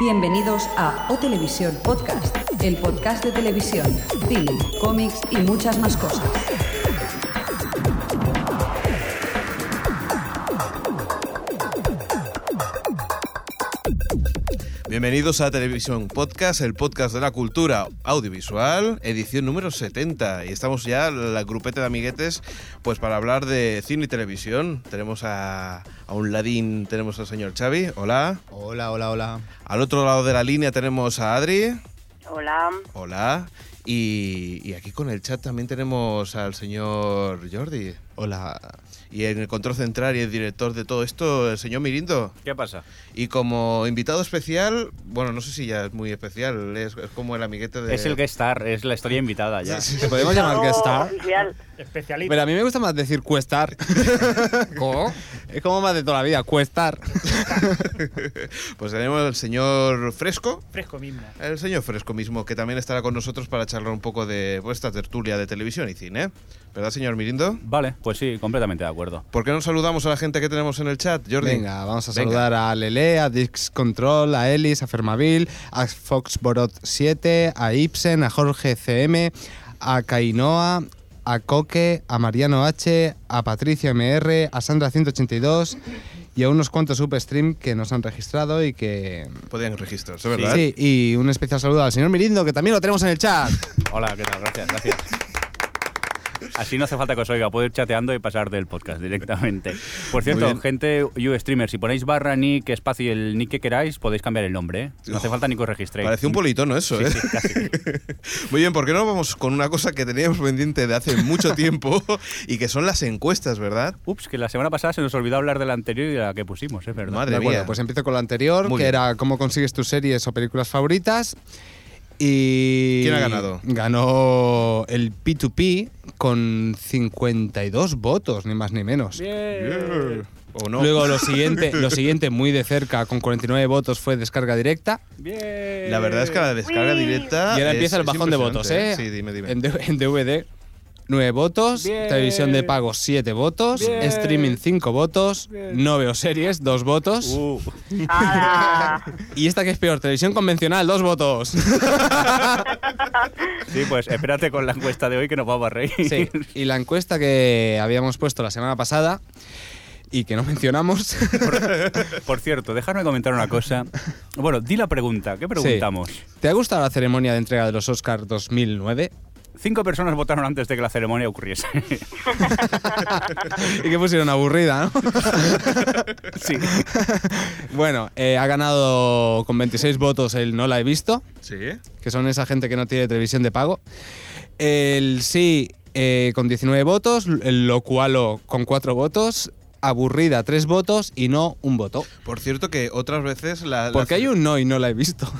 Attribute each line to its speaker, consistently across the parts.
Speaker 1: Bienvenidos a O Televisión Podcast, el podcast de televisión, film, cómics y muchas más cosas.
Speaker 2: Bienvenidos a Televisión Podcast, el podcast de la cultura audiovisual, edición número 70. Y estamos ya, la grupeta de amiguetes, pues para hablar de cine y televisión. Tenemos a, a un ladín, tenemos al señor Xavi, hola.
Speaker 3: Hola, hola, hola.
Speaker 2: Al otro lado de la línea tenemos a Adri,
Speaker 4: Hola.
Speaker 2: hola. Y, y aquí con el chat también tenemos al señor Jordi.
Speaker 3: Hola.
Speaker 2: Y en el control central y el director de todo esto, el señor Mirindo.
Speaker 5: ¿Qué pasa?
Speaker 2: Y como invitado especial, bueno, no sé si ya es muy especial, es, es como el amiguete de...
Speaker 5: Es el guest star, es la historia invitada ya.
Speaker 3: ¿Te podemos llamar
Speaker 4: Algo
Speaker 3: Questar?
Speaker 4: oficial.
Speaker 6: Especialista.
Speaker 3: Pero a mí me gusta más decir cuestar.
Speaker 6: ¿Cómo?
Speaker 3: Es como más de toda la vida, cuestar.
Speaker 2: Pues tenemos al señor Fresco,
Speaker 6: Fresco mismo.
Speaker 2: el señor Fresco mismo, que también estará con nosotros para charlar un poco de vuestra tertulia de televisión y cine. ¿Verdad, señor Mirindo?
Speaker 5: Vale, pues sí, completamente de acuerdo.
Speaker 2: ¿Por qué no saludamos a la gente que tenemos en el chat, Jordi?
Speaker 3: Venga, vamos a
Speaker 2: Venga.
Speaker 3: saludar a Lele, a Dix Control, a Ellis, a Fermaville, a Foxborot 7, a Ibsen, a Jorge CM, a Kainoa, a Coque, a Mariano H, a Patricia MR, a Sandra 182 y a unos cuantos substream que nos han registrado y que...
Speaker 2: Podían registrarse, ¿verdad?
Speaker 3: Sí, y un especial saludo al señor Mirindo, que también lo tenemos en el chat.
Speaker 5: Hola, ¿qué tal? Gracias, gracias. Así no hace falta que os oiga, puedo ir chateando y pasar del podcast directamente. Por
Speaker 2: Muy
Speaker 5: cierto,
Speaker 2: bien.
Speaker 5: gente YouStreamer, si ponéis barra nick, espacio y el nick que queráis, podéis cambiar el nombre. ¿eh? No hace falta ni que os registréis.
Speaker 2: Oh, Parece un politono eso, ¿eh? Muy bien, ¿por qué no vamos con una cosa que teníamos pendiente de hace mucho tiempo y que son las encuestas, ¿verdad?
Speaker 5: Ups, que la semana pasada se nos olvidó hablar de la anterior y de la que pusimos, ¿eh? es verdad.
Speaker 2: Madre
Speaker 3: De acuerdo,
Speaker 2: mía.
Speaker 3: pues empiezo con lo anterior,
Speaker 2: Muy
Speaker 3: que
Speaker 2: bien.
Speaker 3: era cómo consigues tus series o películas favoritas. Y
Speaker 2: ¿Quién ha ganado?
Speaker 3: Ganó el P2P con 52 votos, ni más ni menos.
Speaker 2: Yeah. ¿O no?
Speaker 3: Luego lo siguiente, lo siguiente muy de cerca con 49 votos fue descarga directa.
Speaker 5: Bien.
Speaker 2: La verdad es que la descarga
Speaker 4: Eh, Uy.
Speaker 2: directa.
Speaker 3: y
Speaker 2: Ah,
Speaker 3: ahora
Speaker 2: es-
Speaker 3: empieza el
Speaker 2: es
Speaker 3: bajón de votos,
Speaker 2: impresionante,
Speaker 3: ¿eh?
Speaker 2: Sí, dime, dime.
Speaker 3: En, D- en DVD 9 votos,
Speaker 5: Bien.
Speaker 3: televisión de pago 7 votos,
Speaker 5: Bien.
Speaker 3: streaming 5 votos, no veo series 2 votos.
Speaker 5: Uh,
Speaker 4: Ala.
Speaker 3: Y esta que es peor, televisión convencional 2 votos.
Speaker 5: sí, pues espérate con la encuesta de hoy que nos vamos a reír.
Speaker 3: Sí, y la encuesta que habíamos puesto la semana pasada y que no mencionamos.
Speaker 5: Por cierto, dejarme comentar una cosa. Bueno, di la pregunta. ¿Qué preguntamos?
Speaker 3: ¿Te ha gustado la ceremonia de entrega de los Oscars 2009?
Speaker 5: Cinco personas votaron antes de que la ceremonia ocurriese.
Speaker 3: Y que pusieron aburrida, ¿no?
Speaker 5: sí.
Speaker 3: bueno, eh, ha ganado con 26 votos el No la he visto,
Speaker 2: Sí.
Speaker 3: que son esa gente que no tiene televisión de pago. El Sí eh, con 19 votos, el Lo cual con 4 votos, aburrida 3 votos y no un voto.
Speaker 2: Por cierto que otras veces la... la-
Speaker 3: Porque hay un no y no la he visto.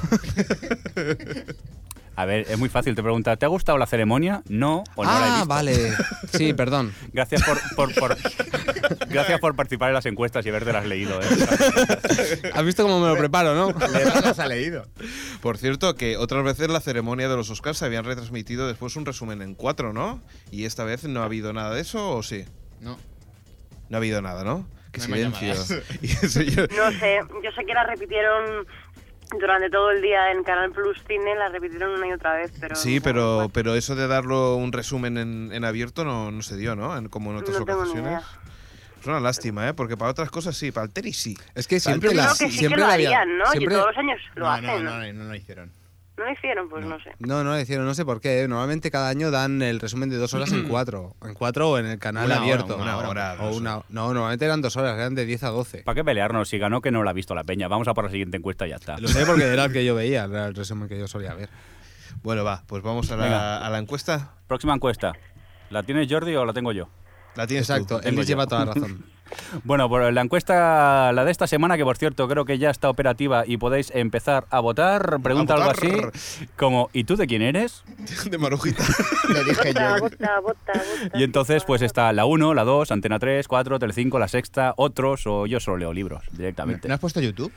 Speaker 5: A ver, es muy fácil. Te pregunta, ¿te ha gustado la ceremonia? No o no la he
Speaker 3: ah,
Speaker 5: visto.
Speaker 3: vale. Sí, perdón.
Speaker 5: Gracias por, por- por- gracias por participar en las encuestas y haberte las leído. ¿eh?
Speaker 3: Has visto cómo me lo preparo, ¿no?
Speaker 6: ha leído.
Speaker 2: Por cierto que otras veces la ceremonia de los Oscars se habían retransmitido después un resumen en cuatro, ¿no? Y esta vez no ha habido nada de eso, ¿o sí?
Speaker 3: No.
Speaker 2: No ha habido nada, ¿no? Qué
Speaker 6: No hay más
Speaker 2: silencio. Y el señor-
Speaker 4: No sé, yo sé que la repitieron durante todo el día en Canal Plus Cine, la repitieron una y otra vez, pero...
Speaker 2: Sí,
Speaker 4: no,
Speaker 2: pero,
Speaker 4: bueno,
Speaker 2: pero eso de darlo un resumen en, en abierto no, no se dio, ¿no? En- como en otras
Speaker 4: no tengo ni
Speaker 2: ocasiones.
Speaker 4: idea.
Speaker 2: Es una lástima, ¿eh? Porque para otras cosas sí, para el tenis sí.
Speaker 3: Es que siempre
Speaker 4: Yo
Speaker 3: la,
Speaker 4: pues, creo que sí que
Speaker 3: siempre
Speaker 4: lo
Speaker 3: la había-
Speaker 4: harían, ¿no?
Speaker 3: siempre-
Speaker 4: Y todos los años lo
Speaker 6: No, no,
Speaker 4: hacen.
Speaker 6: no, no, no lo hicieron.
Speaker 4: ¿No lo hicieron? Pues no, sé.
Speaker 3: No, no lo hicieron, no sé por qué. ¿eh? Normalmente cada año dan el resumen de dos horas en cuatro. En cuatro o en el canal
Speaker 6: Una hora,
Speaker 3: abierto.
Speaker 2: una hora,
Speaker 3: O
Speaker 2: dos
Speaker 3: una, no, normalmente eran dos horas, eran de 10 a 12.
Speaker 5: ¿Para qué pelearnos? Si ganó que no la ha visto la peña. Vamos a por la siguiente encuesta y ya está.
Speaker 3: Lo sé porque era el que yo veía, era el resumen que yo solía ver.
Speaker 2: Bueno, va, pues vamos a la,
Speaker 5: Venga.
Speaker 2: a la encuesta.
Speaker 5: Próxima encuesta. ¿La tienes Jordi o la tengo yo?
Speaker 2: La tienes tú.
Speaker 3: Exacto, él
Speaker 5: tengo yo.
Speaker 3: lleva toda la razón.
Speaker 5: Bueno, por la encuesta, la de esta semana, que por cierto creo que ya está operativa y podéis empezar a votar, pregunta
Speaker 2: A votar.
Speaker 5: algo así como ¿y tú de quién eres?
Speaker 2: De Marujita.
Speaker 6: Lo dije
Speaker 4: Bota,
Speaker 6: yo.
Speaker 4: bota, bota, bota.
Speaker 5: Y entonces pues está la 1, la 2, Antena 3, 4, Telecinco, la sexta, otros o yo solo leo libros directamente.
Speaker 3: has puesto YouTube?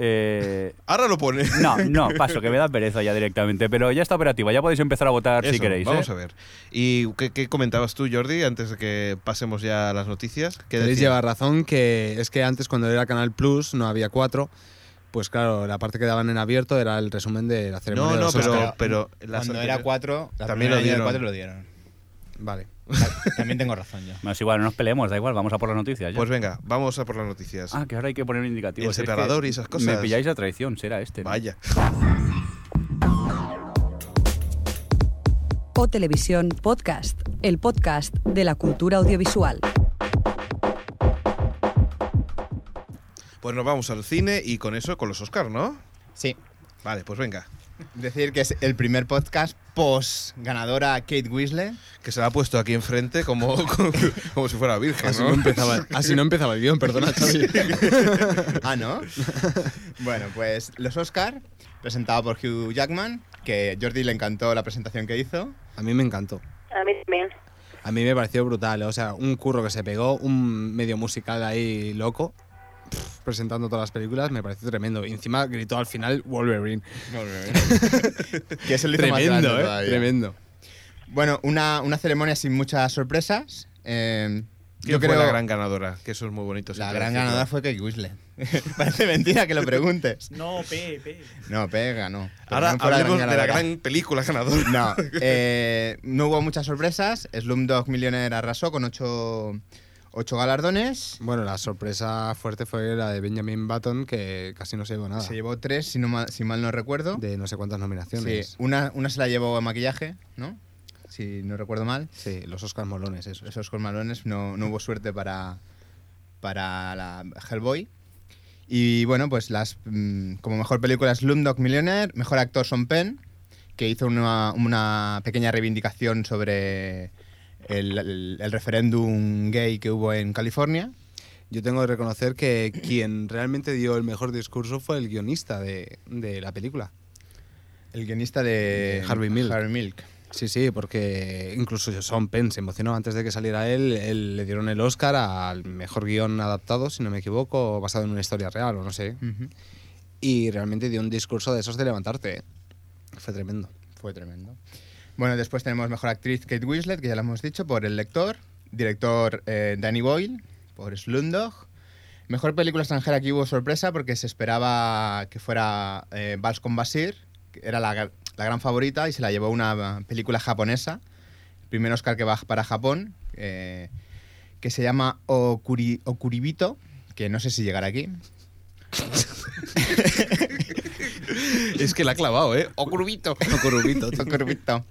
Speaker 5: Eh,
Speaker 2: Ahora lo pone.
Speaker 5: No, no, paso, que me da pereza ya directamente, pero ya está operativa, ya podéis empezar a votar si
Speaker 2: Eso,
Speaker 5: queréis. ¿eh?
Speaker 2: Vamos a ver. ¿Y qué, qué comentabas tú, Jordi, antes de que pasemos ya a las noticias? ¿Qué
Speaker 3: Tenéis
Speaker 2: decías?
Speaker 3: lleva razón que es que antes cuando era Canal Plus no había cuatro pues claro, la parte que daban en abierto era el resumen de la ceremonia.
Speaker 2: No,
Speaker 3: de
Speaker 2: no,
Speaker 3: los
Speaker 2: pero,
Speaker 3: Oscar.
Speaker 2: pero las
Speaker 6: Cuando
Speaker 2: anteriores-
Speaker 6: era cuatro, la
Speaker 2: También
Speaker 6: primera
Speaker 2: lo
Speaker 6: año de
Speaker 2: dieron.
Speaker 6: cuatro lo dieron.
Speaker 3: Vale.
Speaker 6: Ta- También tengo razón yo.
Speaker 5: Bueno, es igual, no nos peleemos, da igual, vamos a por las noticias. ya.
Speaker 2: Pues venga, vamos a por las noticias.
Speaker 5: ah, que ahora hay que poner un indicativo.
Speaker 2: El
Speaker 5: si es que
Speaker 2: separador y esas cosas.
Speaker 5: Me pilláis a traición, será este. ¿no?
Speaker 2: Vaya.
Speaker 1: O Televisión Podcast, el podcast de la cultura audiovisual.
Speaker 2: Pues nos vamos al cine y con eso, con los Oscar, ¿no?
Speaker 6: Sí.
Speaker 2: Vale, pues venga.
Speaker 6: Decir que es el primer podcast post ganadora Kate Winslet.
Speaker 2: Que se la ha puesto aquí enfrente como, como, como si fuera virgen,
Speaker 3: Así no,
Speaker 2: ¿no?
Speaker 3: empezaba, así no empezaba el guión, perdona, Xavi.
Speaker 6: Ah, ¿no? bueno, pues los Oscar, presentado por Hugh Jackman, que Jordi le encantó la presentación que hizo.
Speaker 3: A mí me encantó.
Speaker 4: A mí también.
Speaker 3: A mí me pareció brutal, o sea, un curro que se pegó, un medio musical ahí loco, pff, presentando todas las películas, me pareció tremendo. Y encima gritó al final Wolverine.
Speaker 6: que es el
Speaker 3: Tremendo, ¿eh? Tremendo.
Speaker 6: Bueno, una, una ceremonia sin muchas sorpresas. eh,
Speaker 2: ¿Quién
Speaker 6: yo
Speaker 2: fue
Speaker 6: creo
Speaker 2: la gran ganadora? Que eso es muy bonito.
Speaker 6: la
Speaker 2: siempre
Speaker 6: gran
Speaker 2: decirlo.
Speaker 6: ganadora fue Kate Winslet. Parece mentira que lo preguntes.
Speaker 7: No, Pepe.
Speaker 6: No, pega, no. Pero
Speaker 2: Ahora
Speaker 6: no fue la gran
Speaker 2: hablemos de la
Speaker 6: ganadora.
Speaker 2: gran película ganadora.
Speaker 6: No, eh, no hubo muchas sorpresas. Slumdog Millionaire arrasó con ocho, ocho galardones.
Speaker 3: Bueno, la sorpresa fuerte fue la de Benjamin Button, que casi no se llevó nada.
Speaker 6: Se llevó tres, si, no ma- si mal no recuerdo.
Speaker 3: de no sé cuántas
Speaker 6: Sí,
Speaker 3: nominaciones.
Speaker 6: una, una se la llevó a maquillaje, ¿no? Si no recuerdo mal.
Speaker 3: Sí, los Oscars molones, eso.
Speaker 6: Esos colmalones no, no hubo suerte para, para la Hellboy. Y bueno, pues las mm, como mejor película Slumdog Millionaire, mejor actor Son Penn, que hizo una, una pequeña reivindicación sobre el, el- el referéndum gay que hubo en California.
Speaker 3: Yo tengo que reconocer que quien realmente dio el mejor discurso fue el guionista de, de la película.
Speaker 6: El guionista de
Speaker 3: De Harvey Milk.
Speaker 6: Harvey Milk.
Speaker 3: Sí, sí, porque incluso Sean Penn se emocionó antes de que saliera él, él- le dieron el Oscar al mejor guión adaptado, si no me equivoco, o basado en una historia real o no sé.
Speaker 6: Ujú.
Speaker 3: Y realmente dio un discurso de esos de levantarte. ¿eh? Fue tremendo.
Speaker 6: Fue tremendo. Bueno, después tenemos mejor actriz Kate Winslet, que ya la hemos dicho, por El Lector. Director eh, Danny Boyle, por Slumdog. Mejor película extranjera aquí hubo sorpresa porque se esperaba que fuera eh, Vals con Basir, que era la, gra- la gran favorita y se la llevó una película japonesa. El primer Oscar que va para Japón, eh, que se llama Okuri- Okuribito, que no sé si llegará aquí.
Speaker 2: Es que la ha clavado, ¿eh? ¡O curvito! ¡O curvito!
Speaker 6: Okuribito.
Speaker 5: Mu-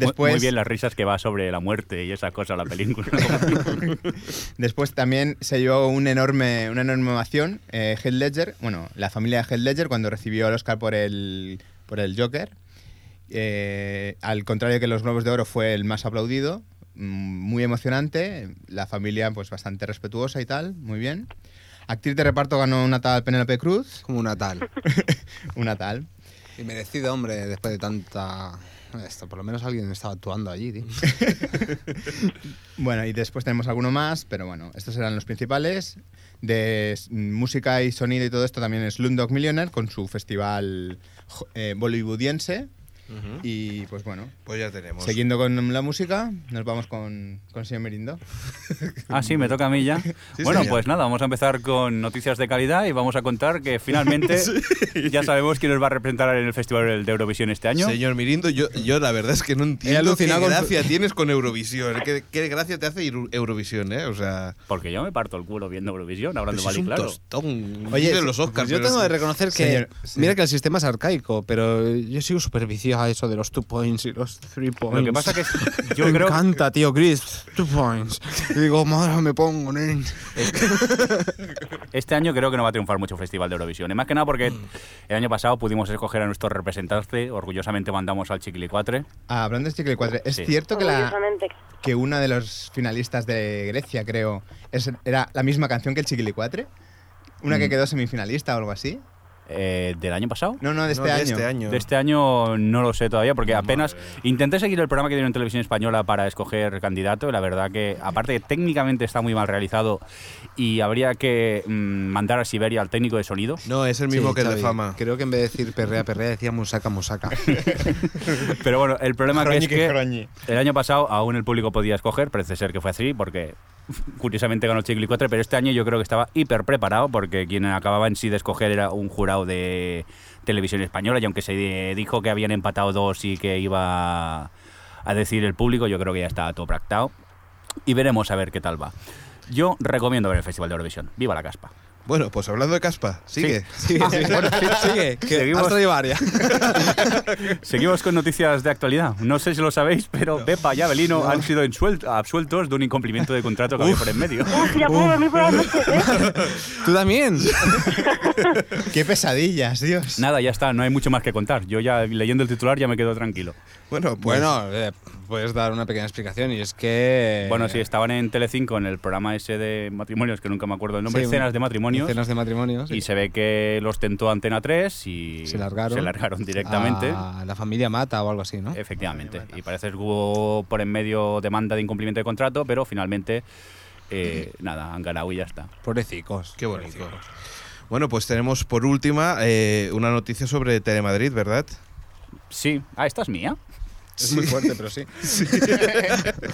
Speaker 6: Después,
Speaker 5: Muy bien las risas que va sobre la muerte y esas cosas la película.
Speaker 6: Después también se llevó un enorme, una enorme ovación eh, Heath Ledger, bueno, la familia de Heath Ledger cuando recibió el Oscar por el, por el Joker. Eh, al contrario que los Globos de Oro fue el más aplaudido, mm, muy emocionante, la familia pues bastante respetuosa y tal, muy bien. Actriz de reparto ganó una tal Penélope Cruz,
Speaker 3: Como una tal.
Speaker 6: una tal.
Speaker 3: Y merecido, hombre, después de tanta... Esto, por lo menos alguien estaba actuando allí, tío.
Speaker 6: Bueno, y después tenemos alguno más, pero bueno, estos eran los principales. De s- música y sonido y todo esto también es Lundog Millionaire con su festival jo- eh, bollywoodiense. Y pues bueno,
Speaker 2: Pues ya tenemos.
Speaker 6: siguiendo con la música, nos vamos con, con señor Mirindo.
Speaker 5: ah, sí, me toca a mí ya. bueno,
Speaker 2: señor.
Speaker 5: pues nada, vamos a empezar con noticias de calidad y vamos a contar que finalmente ya sabemos quién nos va a representar en el Festival de Eurovisión este año.
Speaker 2: Señor Mirindo, yo, yo la verdad es que no entiendo qué
Speaker 3: alucinado con su-
Speaker 2: gracia tienes con Eurovisión. Qué, qué gracia te hace Euro- Eurovisión, ¿eh? O sea...
Speaker 5: Porque yo me parto el culo viendo Eurovisión,
Speaker 2: pero
Speaker 5: hablando
Speaker 2: si
Speaker 5: mal
Speaker 2: Pues es
Speaker 5: y
Speaker 2: un
Speaker 5: claro.
Speaker 2: tostón.
Speaker 6: Oye,
Speaker 2: Dicen los
Speaker 6: pues
Speaker 2: Oscars,
Speaker 3: Pues yo
Speaker 2: pero-
Speaker 3: tengo que reconocer que.
Speaker 6: Señor-
Speaker 3: Mira
Speaker 6: señor.
Speaker 3: que el sistema es arcaico, pero yo sigo súper viciado a eso de los two points y los three points.
Speaker 5: Lo que pasa que es- yo
Speaker 3: me
Speaker 5: creo-
Speaker 3: encanta, tío, Chris. Two points. Y digo, madre, me pongo, nen.
Speaker 5: Este año creo que no va a triunfar mucho el Festival de Eurovisión. Y más que nada porque el año pasado pudimos escoger a nuestro representante. Orgullosamente mandamos al Chiquilicuatre.
Speaker 6: Ah, hablando de Chicle 4, ¿es
Speaker 5: Sí.
Speaker 6: cierto que, la,
Speaker 4: Orgullosamente.
Speaker 6: que una de los finalistas de Grecia, creo, es- era la misma canción que el Chicle 4? ¿Una que quedó semifinalista o algo así?
Speaker 5: Eh, ¿Del año pasado?
Speaker 6: No, no, de este
Speaker 2: No,
Speaker 6: año.
Speaker 5: De este año no lo sé todavía porque apenas intenté seguir el programa que dieron en televisión española para escoger candidato y la verdad que aparte que técnicamente está muy mal realizado y habría que mm, mandar a Siberia al técnico de sonido.
Speaker 2: No, es el mismo
Speaker 3: Sí,
Speaker 2: que el de
Speaker 3: Xavi,
Speaker 2: fama.
Speaker 3: Creo que en vez de decir perrea, perrea, decía musaca, musaca.
Speaker 5: Pero bueno, el problema que es
Speaker 6: Croñi que
Speaker 5: que
Speaker 6: croñi.
Speaker 5: el año pasado aún el público podía escoger, parece ser que fue así porque curiosamente ganó Chiglicuatre, pero este año yo creo que estaba hiper preparado porque quien acababa en sí de escoger era un jurado de televisión española y aunque se dijo que habían empatado dos y que iba a decir el público, yo creo que ya está todo practado y veremos a ver qué tal va. Yo recomiendo ver el Festival de Eurovisión. ¡Viva la caspa!
Speaker 2: Bueno, pues hablando de caspa, sigue.
Speaker 3: Sigue, sigue, sigue, que
Speaker 5: Seguimos.
Speaker 3: has traído varias.
Speaker 5: Seguimos con noticias de actualidad. No sé si lo sabéis, pero Pepa y Abelino han sido insuel- absueltos de un incumplimiento de contrato que había por en medio.
Speaker 4: Uf, ya puedo dormir por la noche, ¿eh?
Speaker 3: Tú también.
Speaker 6: Qué pesadillas, Dios.
Speaker 5: Nada, ya está, no hay mucho más que contar. Yo ya leyendo el titular ya me quedo tranquilo.
Speaker 2: Bueno, pues,
Speaker 3: Bueno, eh, puedes dar una pequeña explicación y es que.
Speaker 5: Bueno, sí, estaban en Telecinco en el programa ese de matrimonios, que nunca me acuerdo el nombre,
Speaker 3: Sí,
Speaker 5: escenas de matrimonios.
Speaker 3: Escenas de matrimonios.
Speaker 5: Y se ve que los tentó Antena 3 y
Speaker 3: Se largaron. Ah.
Speaker 5: se largaron directamente. Eh,
Speaker 3: A la familia mata o algo así,
Speaker 6: ¿Mm?
Speaker 3: ¿no?
Speaker 5: Efectivamente. Y parece que hubo por en medio demanda de incumplimiento de contrato, pero finalmente, eh, nada, han ganado y ya está.
Speaker 3: Pobrecicos.
Speaker 2: qué bonito. Bueno, pues tenemos por última eh, una noticia sobre Telemadrid, ¿verdad?
Speaker 5: Sí, ah, esta es mía.
Speaker 6: Es muy fuerte, pero sí.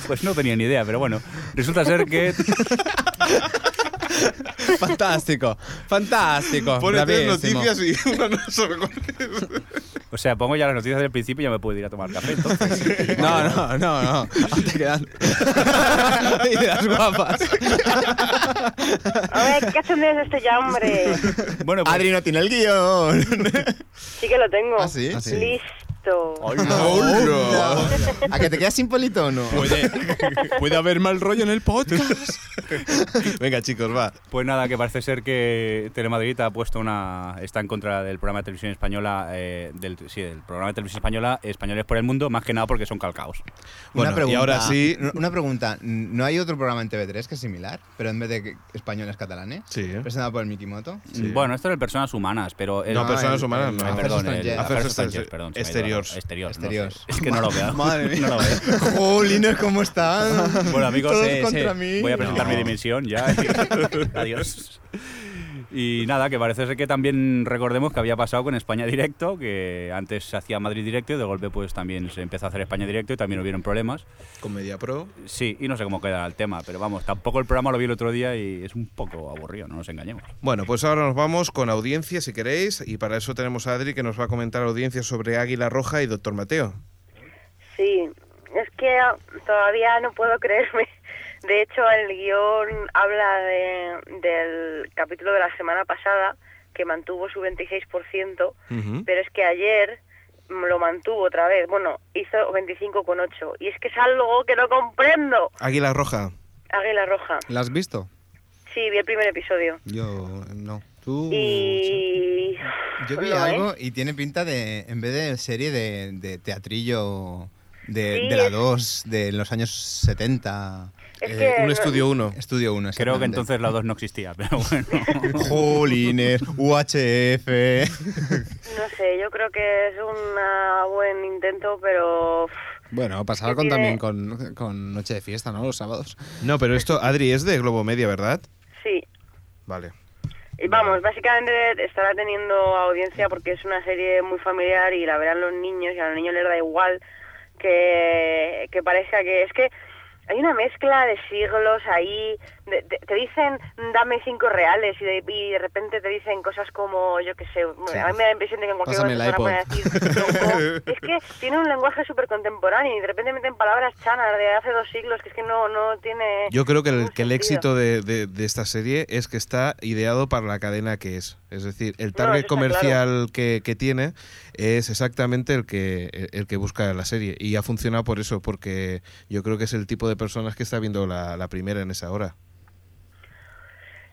Speaker 5: Pues no tenía ni idea, pero bueno, resulta ser que
Speaker 3: Fantástico,
Speaker 6: Ah,
Speaker 3: fantástico.
Speaker 2: Pone tres
Speaker 3: bravísimo.
Speaker 2: noticias y una no sobre cuál es.
Speaker 5: O sea, pongo ya las noticias del principio y ya me puedo ir a tomar café. Entonces.
Speaker 3: No, no, no, no. Aún Te quedan. Ideas guapas.
Speaker 4: A ver, ¿qué hacen es este ya, hombre?
Speaker 5: Bueno, pues-
Speaker 6: Adri no tiene el guión.
Speaker 4: Sí que lo tengo.
Speaker 6: ¿Ah, sí?
Speaker 3: Ah, sí.
Speaker 4: Listo.
Speaker 5: Ay, no.
Speaker 6: ¿A que te quedas sin polito o no?
Speaker 3: Puede, puede haber mal rollo en el podcast.
Speaker 2: Venga, chicos, va.
Speaker 5: Pues nada, que parece ser que Telemadrid ha puesto una está en contra del programa de televisión española eh, del sí, del programa de televisión española Españoles por el mundo, más que nada porque son calcaos.
Speaker 2: Bueno, y ahora sí.
Speaker 6: Una pregunta. ¿No hay otro programa en TV3 que es similar, pero en vez de que- españoles catalanes?
Speaker 2: Sí. ¿eh?
Speaker 6: Presentado por el Mikimoto.
Speaker 2: Sí.
Speaker 5: Bueno, esto de personas humanas, pero el-
Speaker 2: No,
Speaker 6: No,
Speaker 2: personas
Speaker 6: el-
Speaker 2: humanas,
Speaker 6: el-
Speaker 2: no.
Speaker 5: Ay,
Speaker 6: Afers
Speaker 5: perdón, el-
Speaker 6: Estrangers.
Speaker 5: Afers
Speaker 2: Afers
Speaker 5: Estrangers,
Speaker 2: Estrangers.
Speaker 5: perdón, se me ha ido.
Speaker 2: Exteriors.
Speaker 5: Exteriors. no
Speaker 6: Exteriors.
Speaker 5: sé. Es que no lo veo.
Speaker 6: Madre mía.
Speaker 5: No lo veo.
Speaker 6: Jolines, ¿cómo están?
Speaker 5: Bueno, amigos,
Speaker 6: Todos
Speaker 5: eh,
Speaker 6: contra
Speaker 5: sí,
Speaker 6: mí.
Speaker 5: voy a presentar
Speaker 6: No.
Speaker 5: mi dimisión ya. Adiós. Y nada, que parece ser que también recordemos que había pasado con España Directo, que antes se hacía Madrid Directo y de golpe pues también se empezó a hacer España Directo y también hubieron problemas.
Speaker 2: Comedia Pro.
Speaker 5: Sí, y no sé cómo quedará el tema, pero vamos, tampoco el programa lo vi el otro día y es un poco aburrido, no nos engañemos.
Speaker 2: Bueno, pues ahora nos vamos con audiencia, si queréis, y para eso tenemos a Adri que nos va a comentar audiencia sobre Águila Roja y Doctor Mateo.
Speaker 4: Sí, es que todavía no puedo creerme. De hecho, el guión habla de- del capítulo de la semana pasada, que mantuvo su 26%,
Speaker 2: Ujú.
Speaker 4: pero es que ayer mm, lo mantuvo otra vez. Bueno, hizo 25,8. Y es que es algo que no comprendo.
Speaker 2: Águila Roja.
Speaker 4: Águila Roja.
Speaker 3: ¿La has visto?
Speaker 4: Sí, vi el primer episodio.
Speaker 3: Yo no. Tú.
Speaker 4: Y...
Speaker 6: Yo vi
Speaker 4: no, ¿eh?
Speaker 6: algo y tiene pinta de, en vez de serie de, de teatrillo de,
Speaker 4: Sí,
Speaker 6: de la
Speaker 4: es-
Speaker 6: 2 de los años 70,
Speaker 4: Es
Speaker 2: Eh,
Speaker 4: que
Speaker 2: un
Speaker 4: no-
Speaker 2: estudio 1.
Speaker 6: estudio 1.
Speaker 5: Creo que entonces la 2 no existía, pero bueno.
Speaker 6: Jolines, UHF.
Speaker 4: No sé, yo creo que es un buen intento, pero... uf,
Speaker 3: Bueno, pasaba con,
Speaker 4: Tiene-
Speaker 3: también con, con Noche de Fiesta, ¿no? Los sábados.
Speaker 2: No, pero esto, Adri, es de Globo Media, ¿verdad?
Speaker 4: Sí,
Speaker 2: Vale.
Speaker 4: Y Eh, Vamos, básicamente estará teniendo audiencia porque es una serie muy familiar y la verán los niños y a los niños les da igual que, que parezca que es que hay una mezcla de siglos ahí, de- de- te dicen dame cinco reales y de, y de repente te dicen cosas como, yo qué sé, bueno,
Speaker 3: Sí.
Speaker 4: a mí me da la impresión de que en cualquier
Speaker 3: Pásame
Speaker 4: momento
Speaker 3: el
Speaker 4: se van a poner a decir, "Loco". es que tiene un lenguaje súper contemporáneo y de repente meten palabras chanas de hace dos siglos que es que no, no tiene...
Speaker 2: Yo creo que el,
Speaker 4: ningún
Speaker 2: que el
Speaker 4: sentido.
Speaker 2: éxito de, de- de esta serie es que está ideado para la cadena que es. Es decir, el target
Speaker 4: está
Speaker 2: comercial que, que tiene es exactamente el que, el- el que busca la serie. Y ha funcionado por eso, porque yo creo que es el tipo de personas que está viendo la, la primera en esa hora.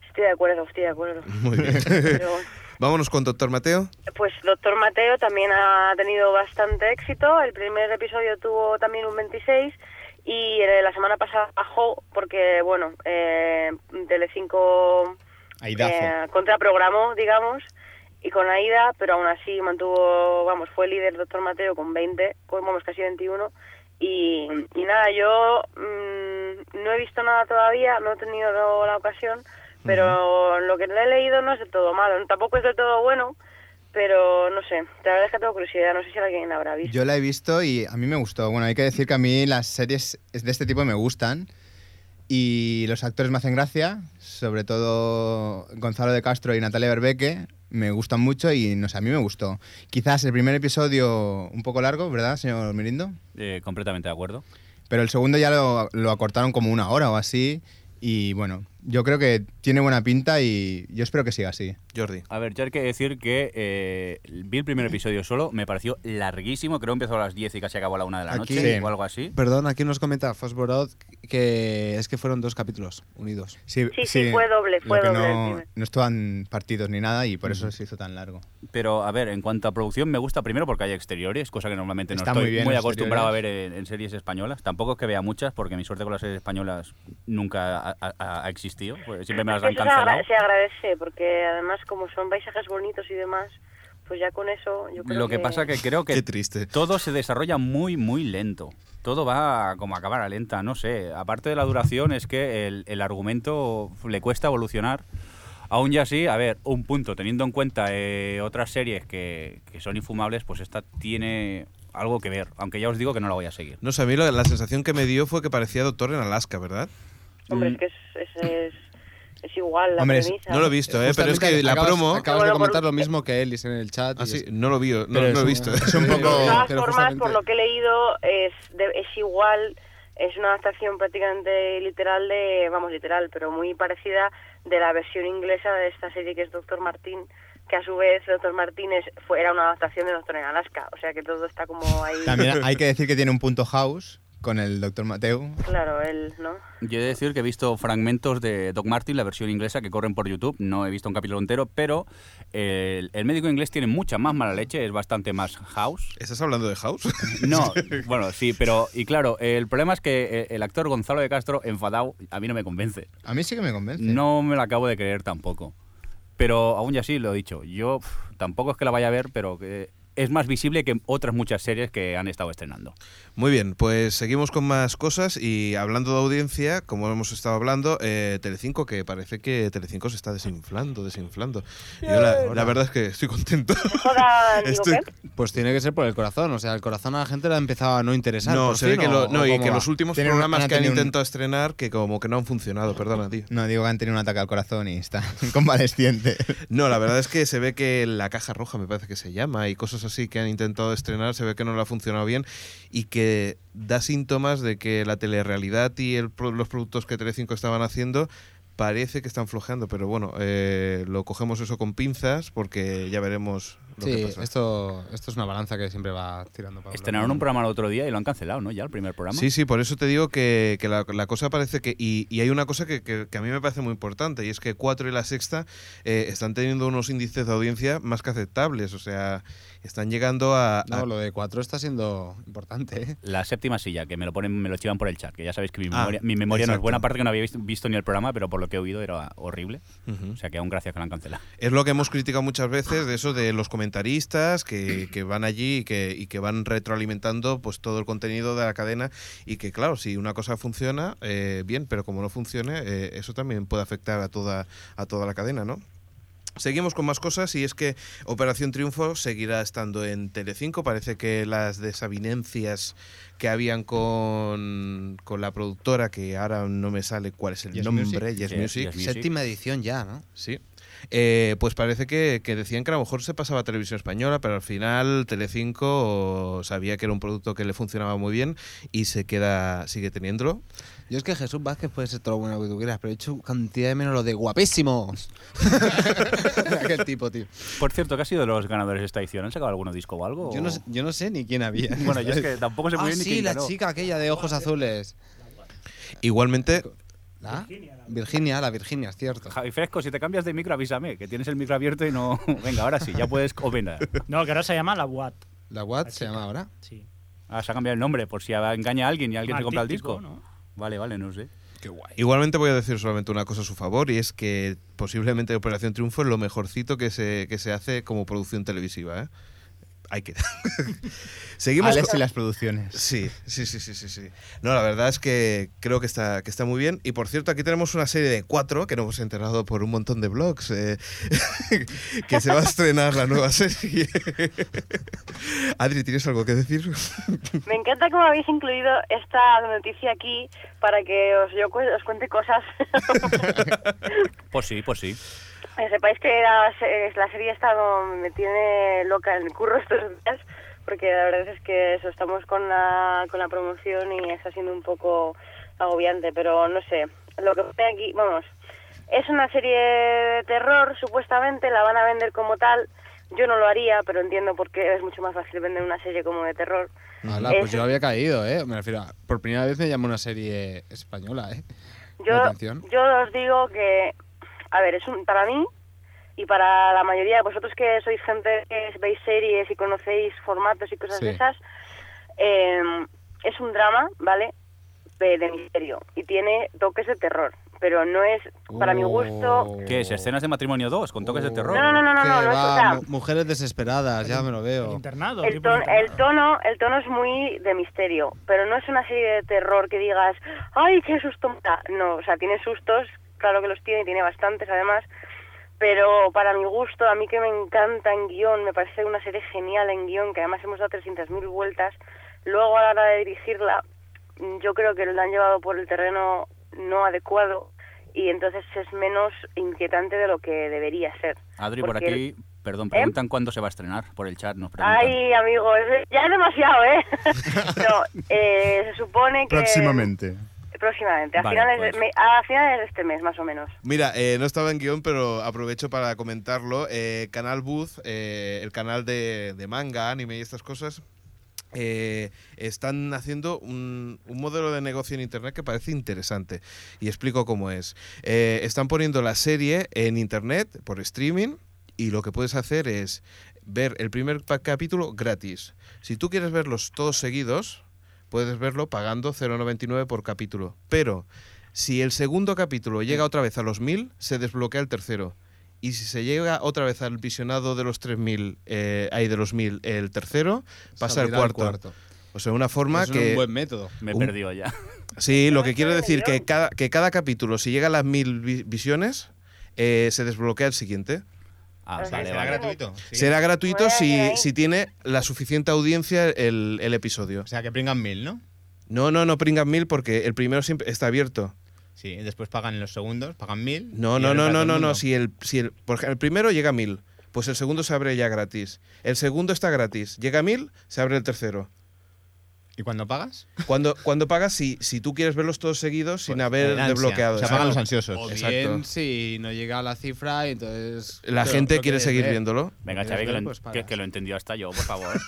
Speaker 4: Estoy de acuerdo, estoy de acuerdo.
Speaker 2: Muy bien.
Speaker 4: Pero-
Speaker 2: Vámonos con Doctor Mateo.
Speaker 4: Pues Doctor Mateo también ha tenido bastante éxito. El primer episodio tuvo también un 26 y eh, la semana pasada bajó porque, bueno, eh, Telecinco
Speaker 6: Aidazo.
Speaker 4: eh, contraprogramó, digamos, y con Aida, pero aún así mantuvo, vamos, fue líder Doctor Mateo con 20, con, vamos, casi 21. Y, y nada, yo mm, no he visto nada todavía, no he tenido la ocasión, pero lo que he leído no es del todo malo, tampoco es del todo bueno, pero no sé, la verdad es que tengo curiosidad, no sé si alguien la habrá visto.
Speaker 6: Yo la he visto y a mí me gustó. Bueno, hay que decir que a mí las series de este tipo me gustan. Y los actores me hacen gracia, sobre todo Gonzalo de Castro y Natalia Berbeque, me gustan mucho y no sé, a mí me gustó. Quizás el primer episodio un poco largo, ¿verdad, señor Mirindo?
Speaker 5: Eh, completamente de acuerdo.
Speaker 6: Pero el segundo ya lo, lo acortaron como una hora o así. Y bueno, yo creo que tiene buena pinta y yo espero que siga así.
Speaker 2: Jordi.
Speaker 5: A ver, yo hay que decir que eh, vi el primer episodio solo, me pareció larguísimo, creo que empezó a las 10 y casi acabó a la 1 de la
Speaker 3: Aquí-
Speaker 5: noche
Speaker 6: Sí.
Speaker 5: o algo así.
Speaker 3: Perdón, aquí nos comenta Fosborod que es que fueron dos capítulos unidos.
Speaker 4: Sí, sí, fue doble,
Speaker 6: lo
Speaker 4: fue
Speaker 6: que
Speaker 4: doble el
Speaker 6: No,
Speaker 4: primer.
Speaker 6: no estaban partidos ni nada y por eso se hizo tan largo.
Speaker 5: Pero a ver, en cuanto a producción, me gusta primero porque hay exteriores, cosa que normalmente no
Speaker 6: Está
Speaker 5: estoy
Speaker 6: muy
Speaker 5: muy,
Speaker 6: bien los
Speaker 5: acostumbrado a ver en, en series españolas. Tampoco es que vea muchas, porque mi suerte con las series españolas nunca ha, ha- ha existido. pues siempre me las han
Speaker 4: Eso se, agra-
Speaker 5: cancelado.
Speaker 4: se agradece, porque además como son paisajes bonitos y demás, pues ya con eso yo creo
Speaker 5: Lo que pasa que creo que
Speaker 2: Qué triste.
Speaker 5: todo se desarrolla muy, muy lento. Todo va como a cámara lenta, no sé. Aparte de la duración, es que el, el argumento le cuesta evolucionar. Aún ya así, a ver, un punto, teniendo en cuenta eh, otras series que, que son infumables, pues esta tiene algo que ver. Aunque ya os digo que no la voy a seguir.
Speaker 2: No sé, a mí la, la sensación que me dio fue que parecía Doctor en Alaska, ¿verdad?
Speaker 4: Hombre, es que es, es, es, es igual la
Speaker 6: Hombre, es-
Speaker 4: premisa.
Speaker 2: No lo he visto, ¿eh? Pero es
Speaker 3: Justamente
Speaker 2: que la
Speaker 3: acabas-
Speaker 2: promo...
Speaker 3: Acabas
Speaker 4: Bueno,
Speaker 3: de
Speaker 4: por-
Speaker 3: comentar lo mismo que Ellis en el chat. y
Speaker 2: Ah, sí,
Speaker 3: es-
Speaker 2: no lo vi, no, no
Speaker 6: Pero es
Speaker 2: lo he
Speaker 6: un-
Speaker 2: visto.
Speaker 6: es un poco-
Speaker 4: De todas
Speaker 3: pero
Speaker 4: formas, por
Speaker 3: justamente-
Speaker 4: lo que he leído, es, de- es igual, es una adaptación prácticamente literal de, vamos, literal, pero muy parecida de la versión inglesa de esta serie que es Doctor Martín, que a su vez Doctor Martín es- fue, era una adaptación de Doctor en Alaska, o sea que todo está como ahí,
Speaker 6: También hay que decir que tiene un punto house con el doctor Mateo.
Speaker 4: claro, él, ¿no?
Speaker 5: Yo he de decir que he visto fragmentos de Doc Martin, la versión inglesa, que corren por YouTube. No he visto un capítulo entero, pero el, el médico inglés tiene mucha más mala leche, es bastante más house.
Speaker 2: ¿Estás hablando de House?
Speaker 5: No, bueno, sí, pero. Y claro, el problema es que eh, el actor Gonzalo de Castro, enfadado, a mí no me convence.
Speaker 6: A mí sí que me convence.
Speaker 5: No me lo acabo de creer tampoco. Pero aún y así, lo he dicho, yo pf, tampoco es que la vaya a ver, pero que es más visible que otras muchas series que han estado estrenando.
Speaker 2: Muy bien, pues seguimos con más cosas y hablando de audiencia, como hemos estado hablando, eh, Telecinco, que parece que Telecinco se está desinflando, desinflando. Yo Eh, la, la verdad es que estoy contento.
Speaker 4: Joda, digo,
Speaker 2: Estoy-
Speaker 4: ¿qué?
Speaker 3: Pues tiene que ser por el corazón. O sea, el corazón a la gente le ha empezado a no interesar.
Speaker 2: No,
Speaker 3: por
Speaker 2: se ve
Speaker 3: fin,
Speaker 2: que,
Speaker 3: ¿o-
Speaker 2: lo-
Speaker 3: o
Speaker 2: no, y
Speaker 3: cómo
Speaker 2: que
Speaker 3: va?
Speaker 2: los últimos
Speaker 6: Tienen-
Speaker 2: programas
Speaker 6: han
Speaker 2: que han
Speaker 6: tenido un-
Speaker 2: intentado estrenar que como que no han funcionado, perdona, tío.
Speaker 6: No, digo que han tenido un ataque al corazón y está convaleciente.
Speaker 2: No, la verdad es que se ve que la caja roja me parece que se llama y cosas así que han intentado estrenar, se ve que no le ha funcionado bien y que da síntomas de que la telerrealidad y el pro- los productos que Telecinco estaban haciendo parece que están flojeando, pero bueno, eh, lo cogemos eso con pinzas porque ya veremos lo
Speaker 3: Sí,
Speaker 2: que pasa.
Speaker 3: esto, esto es una balanza que siempre va tirando para
Speaker 5: Estrenaron un programa el otro día y lo han cancelado, ¿no? Ya el primer programa.
Speaker 2: Sí, sí, por eso te digo que, que la, la cosa parece que... Y, y hay una cosa que, que- que a mí me parece muy importante, y es que 4 y la sexta eh, están teniendo unos índices de audiencia más que aceptables, o sea, están llegando a... a-
Speaker 5: Ah.
Speaker 3: No, lo de cuatro está siendo importante. ¿eh?
Speaker 5: La séptima silla, que me lo ponen, me lo chivan por el chat, que ya sabéis que mi
Speaker 2: Ah,
Speaker 5: memoria, mi memoria no es
Speaker 2: exacto.
Speaker 5: buena, aparte que no había visto, visto ni el programa, pero por lo que he oído era horrible.
Speaker 2: Ujú.
Speaker 6: Mm.
Speaker 5: O sea que aún gracias que lo han cancelado.
Speaker 2: Es lo que hemos criticado muchas veces de eso de los comentaristas que, que van allí y que, y que van retroalimentando pues todo el contenido de la cadena y que claro, si una cosa funciona, eh, bien, pero como no funcione, eh, eso también puede afectar a toda, a toda la cadena, ¿no? Seguimos con más cosas y es que Operación Triunfo seguirá estando en Telecinco. Parece que las desavinencias que habían con, con la productora, que ahora no me sale cuál es el
Speaker 6: Yes
Speaker 2: nombre,
Speaker 6: Music.
Speaker 2: Yes
Speaker 5: Yes-
Speaker 2: Music,
Speaker 5: Yes Music.
Speaker 3: Séptima edición ya, ¿no?
Speaker 2: Sí. Eh, pues parece que, que decían que a lo mejor se pasaba a Televisión Española, pero al final Telecinco sabía que era un producto que le funcionaba muy bien y se queda, sigue teniéndolo.
Speaker 3: Yo es que Jesús Vázquez puede ser todo lo bueno que tú quieras, pero he hecho cantidad de menos lo de guapísimos. Aquel tipo, tío.
Speaker 5: Por cierto, ¿qué ha sido de los ganadores de esta edición? ¿Han sacado algún disco o algo?
Speaker 3: Yo no, sé, yo no sé ni quién había.
Speaker 5: Oh. Bueno, yo es que tampoco sé muy
Speaker 3: ah,
Speaker 5: bien ni
Speaker 3: sí,
Speaker 5: quién
Speaker 3: la
Speaker 5: ganó.
Speaker 3: chica aquella de ojos azules.
Speaker 2: Igualmente,
Speaker 3: ¿La? Virginia, la Virginia, es cierto.
Speaker 5: Javi Fresco, si te cambias de micro, avísame, que tienes el micro abierto y no. Venga, ahora sí, ya puedes opinar.
Speaker 7: No, que ahora se llama la Watt.
Speaker 3: ¿La what
Speaker 7: La
Speaker 3: se
Speaker 7: chica.
Speaker 3: llama ahora?
Speaker 7: Sí.
Speaker 5: Ah, se ha cambiado el nombre, por si engaña a alguien y alguien se compra el
Speaker 7: Artístico,
Speaker 5: disco.
Speaker 7: ¿no?
Speaker 5: Vale, vale, no sé.
Speaker 2: igualmente voy a decir solamente una cosa a su favor y es que posiblemente Operación Triunfo es lo mejorcito que se, que se hace como producción televisiva. ¿eh? hay que. Seguimos.
Speaker 6: Alex
Speaker 2: con-
Speaker 6: y las producciones.
Speaker 2: Sí, sí, sí, sí, sí, sí. No, la verdad es que creo que está, que está muy bien. Y por cierto, aquí tenemos una serie de cuatro que nos hemos enterado por un montón de blogs. eh, que se va a estrenar la nueva serie. Adri, ¿tienes algo que decir?
Speaker 4: Me encanta cómo habéis incluido esta noticia aquí para que os, yo cu- os cuente cosas.
Speaker 5: Pues sí, pues sí.
Speaker 4: Que sepáis que la, se- la serie esta no- me tiene loca en el curro estos días, porque la verdad es que eso, estamos con la, con la promoción y está siendo un poco agobiante, pero no sé. Lo que pone aquí, vamos, es una serie de terror, supuestamente, la van a vender como tal. Yo no lo haría, pero entiendo por qué es mucho más fácil vender una serie como de terror.
Speaker 3: Ala, pues yo había caído, ¿eh? Me refiero a- Por primera vez me llamó una serie española, ¿eh?
Speaker 4: Yo,
Speaker 3: La atención.
Speaker 4: yo os digo que, a ver, es un, para mí y para la mayoría de vosotros que sois gente que veis series y conocéis formatos y cosas
Speaker 3: Sí.
Speaker 4: de esas, eh, es un drama, ¿vale? De, de misterio y tiene toques de terror, pero no es, para mi
Speaker 3: Oh.
Speaker 4: gusto,
Speaker 5: ¿Qué es? ¿Escenas de matrimonio 2 con toques de terror?
Speaker 4: No, no, no, no,
Speaker 3: Que
Speaker 4: no, no,
Speaker 3: va,
Speaker 4: o sea-
Speaker 3: mu- mujeres desesperadas, ya me lo
Speaker 2: Oh.
Speaker 7: El
Speaker 3: veo.
Speaker 7: internado.
Speaker 4: el,
Speaker 7: tipo
Speaker 4: ton- el
Speaker 7: internado.
Speaker 4: tono el tono es muy de misterio, pero no es una serie de terror que digas, ¡ay, qué susto! me da". No, o sea, tiene sustos, claro que los tiene, y tiene bastantes además, pero para mi gusto, a mí que me encanta en guión, me parece una serie genial en guión, que además hemos dado 300.000 vueltas, luego a la hora de dirigirla, mm, yo creo que lo han llevado por el terreno no adecuado y entonces es menos inquietante de lo que debería ser.
Speaker 5: Adri, por
Speaker 4: Porque el-
Speaker 5: aquí, perdón, preguntan cuándo se va a estrenar por el chat, nos preguntan.
Speaker 4: Ay, amigo, es- ya es demasiado, ¿eh? no, eh, se supone que...
Speaker 8: Próximamente.
Speaker 4: Próximamente, a,
Speaker 5: Vale,
Speaker 4: finales
Speaker 5: pues.
Speaker 4: de, me- a finales de este mes, más o menos.
Speaker 2: Mira, eh, no estaba en guión, pero aprovecho para comentarlo. Eh, canal Booth, eh, el canal de, de manga, anime y estas cosas, eh, están haciendo un, un modelo de negocio en Internet que parece interesante. Y explico cómo es. Eh, están poniendo la serie en Internet por streaming y lo que puedes hacer es ver el primer pa- capítulo gratis. Si tú quieres verlos todos seguidos, puedes verlo pagando 0,99 por capítulo. Pero si el segundo capítulo llega otra vez a los 1000, se desbloquea el tercero. Y si se llega otra vez al visionado de los 3000, eh, ahí de los 1000, el tercero, pasa al
Speaker 3: Salirá
Speaker 2: cuarto. O sea, una forma
Speaker 3: Es
Speaker 2: que.
Speaker 3: un buen método.
Speaker 5: Me he
Speaker 2: un-
Speaker 5: perdido ya.
Speaker 2: Sí, lo
Speaker 4: Está
Speaker 2: que quiero
Speaker 4: bien,
Speaker 2: decir que
Speaker 4: ¿no?
Speaker 2: cada, que cada capítulo, si llega a las mil vi- visiones, eh, se desbloquea el siguiente.
Speaker 5: Ah,
Speaker 4: Pues
Speaker 5: vale,
Speaker 4: será
Speaker 6: Será
Speaker 5: vale.
Speaker 6: gratuito. sí.
Speaker 2: Será gratuito si,
Speaker 4: Bueno.
Speaker 2: si tiene la suficiente audiencia el, el episodio.
Speaker 6: O sea, que pringan mil, ¿no?
Speaker 2: No, no, no pringan mil porque el primero siempre está abierto.
Speaker 6: Sí, después pagan los segundos, pagan mil.
Speaker 2: No,
Speaker 6: y
Speaker 2: no,
Speaker 6: el
Speaker 2: no,
Speaker 6: resto
Speaker 2: no,
Speaker 6: del
Speaker 2: no, no.
Speaker 6: mundo.
Speaker 2: Si el, si el, por ejemplo, el primero llega a mil, pues el segundo se abre ya gratis. El segundo está gratis. Llega a mil, se abre el tercero.
Speaker 6: ¿Y cuando pagas?
Speaker 2: Cuando, cuando pagas, si, si tú quieres verlos todos seguidos sin haber
Speaker 6: El Pues ansia.
Speaker 2: desbloqueado.
Speaker 6: O sea,
Speaker 2: Exacto.
Speaker 6: pagan los ansiosos.
Speaker 3: O
Speaker 2: Exacto.
Speaker 3: bien si no llega a la cifra y entonces...
Speaker 2: La
Speaker 3: pero
Speaker 2: gente quiere
Speaker 3: lo quieres
Speaker 2: seguir
Speaker 3: ver.
Speaker 2: viéndolo.
Speaker 5: Venga,
Speaker 3: Lo
Speaker 5: Xavi, que,
Speaker 3: quieres
Speaker 5: lo
Speaker 3: ver,
Speaker 5: en-
Speaker 3: pues
Speaker 5: que-
Speaker 3: pagas.
Speaker 5: que lo entendió hasta yo, por favor.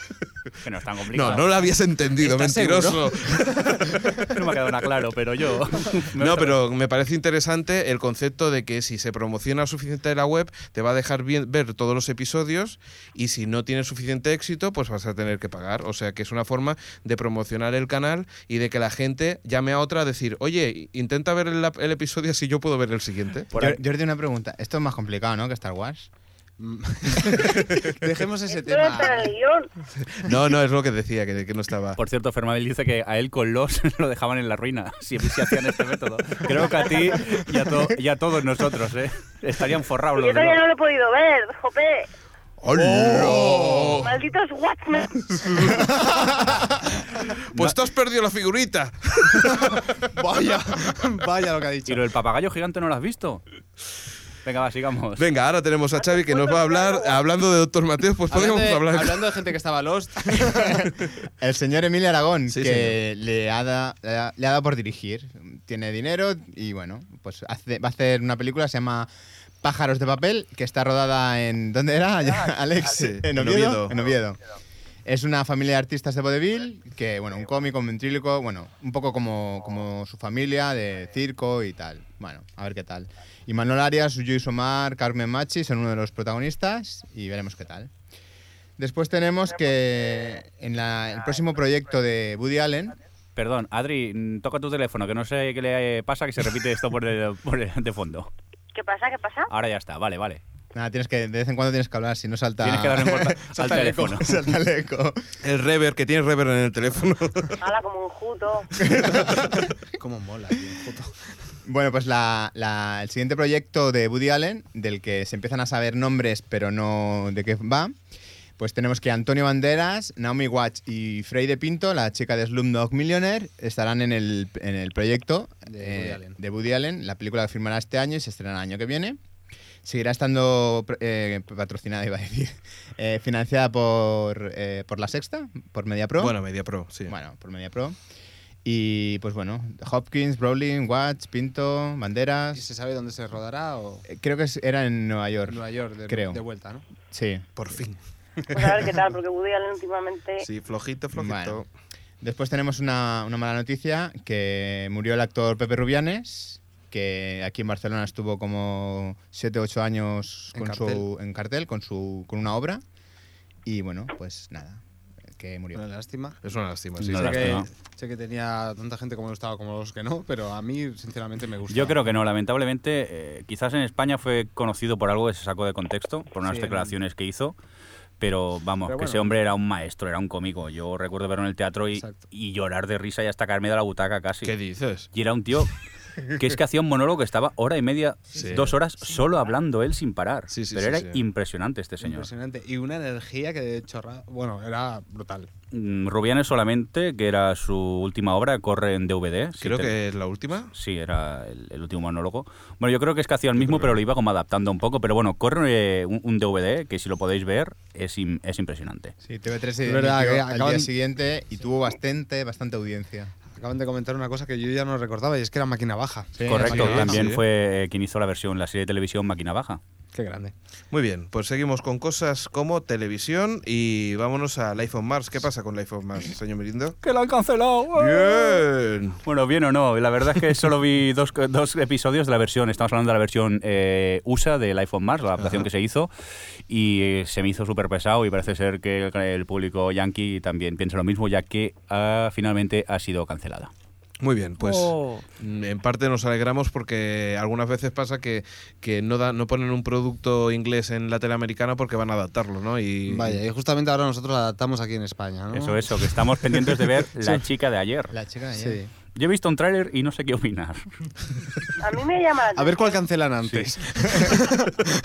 Speaker 5: que no es tan complicado.
Speaker 2: No, no lo habías entendido,
Speaker 3: ¿Estás
Speaker 2: mentiroso.
Speaker 5: No me ha quedado nada claro, pero yo.
Speaker 2: No, pero me parece interesante el concepto de que si se promociona lo suficiente la web, te va a dejar bien- ver todos los episodios y si no tienes suficiente éxito, pues vas a tener que pagar. O sea que es una forma de promocionar el canal y de que la gente llame a otra a decir, oye, intenta ver el, el episodio si yo puedo ver el siguiente.
Speaker 5: Por
Speaker 6: Yo-
Speaker 5: ahí-
Speaker 6: Jordi, una pregunta. Esto es más complicado, ¿no? Que Star Wars.
Speaker 3: Dejemos ese
Speaker 4: Esto no
Speaker 3: tema.
Speaker 4: está en el guión.
Speaker 2: No, no, es lo que decía, que, que no estaba.
Speaker 5: Por cierto, Fermabel dice que a él con los lo dejaban en la ruina si, si hacían este método. Creo que a ti y a, to- y a todos nosotros, ¿eh? Estarían forrados los
Speaker 4: Yo todavía
Speaker 5: dos.
Speaker 4: no lo he podido ver, jope.
Speaker 2: ¡Hola!
Speaker 4: Malditos Watchmen.
Speaker 2: Pues te has perdido la figurita.
Speaker 3: Vaya, vaya lo que ha dicho.
Speaker 5: Pero el papagayo gigante no lo has visto. Venga, va, sigamos.
Speaker 2: Venga, ahora tenemos a Xavi que nos va a hablar, hablando de Doctor Mateos, pues
Speaker 3: Hablando
Speaker 2: podemos
Speaker 3: de,
Speaker 2: hablar.
Speaker 3: hablando de gente que estaba lost.
Speaker 6: El señor Emilio Aragón,
Speaker 2: Sí,
Speaker 6: que le ha, da- le, ha, le ha dado por dirigir. Tiene dinero y bueno, pues hace- va a hacer una película, se llama Pájaros de papel, que está rodada en. ¿Dónde era, Ah, Alex?
Speaker 2: sí, en
Speaker 6: en
Speaker 2: Oviedo.
Speaker 6: Oviedo. En Oviedo. Es una familia de artistas de vodevil, que bueno, un cómico, un ventríloco, bueno, un poco como, como su familia, de circo y tal. Bueno, a ver qué tal. Y Manuel Arias, Luis Omar, Carmen Machi son uno de los protagonistas y veremos qué tal. Después tenemos que en la- el próximo proyecto de Woody Allen,
Speaker 5: Perdón, Adri, mm, toca tu teléfono, que no sé qué le eh, pasa, que se repite esto por de, por de- de fondo.
Speaker 4: ¿Qué pasa? ¿Qué pasa?
Speaker 5: Ah. Ahora ya está, vale, vale.
Speaker 6: Nada, tienes que, de vez en cuando tienes que hablar, si no salta.
Speaker 5: Tienes que darle un porta-
Speaker 6: salta
Speaker 5: al
Speaker 6: el eco,
Speaker 5: teléfono.
Speaker 6: salta el eco.
Speaker 2: El rever, que tienes rever en el teléfono.
Speaker 4: Hala, como un juto.
Speaker 3: Cómo mola, tío, puto.
Speaker 6: Bueno, pues la- la- el siguiente proyecto de Woody Allen, del que se empiezan a saber nombres pero no de qué va, pues tenemos que Antonio Banderas, Naomi Watts y Frey de Pinto, la chica de Slumdog Millionaire, estarán en el, en el proyecto
Speaker 3: De Woody
Speaker 6: eh,
Speaker 3: Allen.
Speaker 6: de Woody Allen. La película la firmará este año y se estrenará el año que viene. Seguirá estando eh, patrocinada, iba a decir, eh, financiada por, eh, por La Sexta, por MediaPro.
Speaker 2: Bueno, Media Pro, sí.
Speaker 6: Bueno, por Media Pro. Y pues bueno, Hopkins, Brolin, Watts, Pinto,
Speaker 3: ¿Y
Speaker 6: Banderas.
Speaker 3: se sabe dónde se rodará o
Speaker 6: Eh, Creo que es- era en Nueva York.
Speaker 3: en Nueva York de,
Speaker 6: creo.
Speaker 3: de vuelta, no?
Speaker 6: Sí.
Speaker 2: Por fin.
Speaker 4: Pues a ver qué tal, porque Woody Allen últimamente...
Speaker 2: Sí, flojito, flojito.
Speaker 6: Bueno. Después tenemos una, una mala noticia, que murió el actor Pepe Rubianes, que aquí en Barcelona estuvo como 7 8 años
Speaker 3: En
Speaker 6: con su, en cartel, con, su, con una obra. Y bueno, pues nada, que murió.
Speaker 3: Una lástima.
Speaker 2: Es una lástima, sí.
Speaker 5: No,
Speaker 3: sé,
Speaker 5: la-
Speaker 2: sí.
Speaker 3: que,
Speaker 5: lástima.
Speaker 3: sé que tenía tanta gente como le gustaba como los que no, pero a mí sinceramente me gusta.
Speaker 5: Yo creo que no, lamentablemente. eh, quizás en España fue conocido por algo que se sacó de contexto, por unas
Speaker 3: Sí,
Speaker 5: declaraciones que hizo. Pero vamos,
Speaker 3: Pero
Speaker 5: que
Speaker 3: bueno.
Speaker 5: ese hombre era un maestro, era un cómico. Yo recuerdo verlo en el teatro y,
Speaker 3: Exacto.
Speaker 5: y llorar de risa y hasta caerme de la butaca casi.
Speaker 2: ¿Qué dices?
Speaker 5: Y era un tío que es que hacía un monólogo que estaba hora y media,
Speaker 2: Sí.
Speaker 5: dos horas, solo hablando él sin parar.
Speaker 2: Sí, sí, sí,
Speaker 5: Pero era
Speaker 2: sí.
Speaker 5: impresionante este señor.
Speaker 3: Impresionante. Y una energía que de hecho, ra- bueno, era brutal.
Speaker 5: Mm, Rubianes solamente, que era su última obra, corre en DVD. si
Speaker 2: Creo
Speaker 5: te-
Speaker 2: que es la última.
Speaker 5: Sí, era el, el último monólogo. Bueno, yo creo que es que hacía el mismo, pero lo iba como adaptando un poco. Pero bueno, corre eh, un, un DVD que si lo podéis ver es, im- es impresionante.
Speaker 6: Sí, TV3
Speaker 3: Es
Speaker 6: se
Speaker 3: verdad
Speaker 6: emitió
Speaker 3: que
Speaker 6: al
Speaker 3: acaban-
Speaker 6: día siguiente y tuvo bastante, bastante audiencia.
Speaker 3: Acaban de comentar una cosa que yo ya no recordaba y es que era máquina baja.
Speaker 6: Sí,
Speaker 5: Correcto,
Speaker 6: sí, sí.
Speaker 5: también
Speaker 2: sí.
Speaker 5: fue eh, quien hizo la versión, la serie de televisión Máquina Baja.
Speaker 3: Qué grande.
Speaker 2: Muy bien, pues seguimos con cosas como televisión y vámonos al iPhone Mars. ¿Qué pasa con el iPhone Mars, señor Mirindo?
Speaker 5: ¡Que la han cancelado!
Speaker 2: Bien.
Speaker 5: Bueno, bien o no, la verdad es que solo vi dos, dos episodios de la versión, estamos hablando de la versión eh, USA del iPhone Mars, la adaptación que se hizo, y eh, se me hizo súper pesado y parece ser que el, el público yankee también piensa lo mismo, ya que ah, finalmente ha sido cancelada.
Speaker 2: Muy bien, pues
Speaker 5: Oh.
Speaker 2: mm, en parte nos alegramos porque algunas veces pasa que, que no, da, no ponen un producto inglés en la tele americana porque van a adaptarlo, ¿no? Y,
Speaker 3: Vaya, y justamente ahora nosotros la adaptamos aquí en España, ¿no?
Speaker 5: Eso, eso, que estamos pendientes de ver La chica de ayer.
Speaker 6: La chica de ayer.
Speaker 2: ¿eh?
Speaker 3: Sí.
Speaker 5: Yo he visto un tráiler y no sé qué opinar.
Speaker 4: A mí me llama...
Speaker 3: A ver cuál cancelan antes.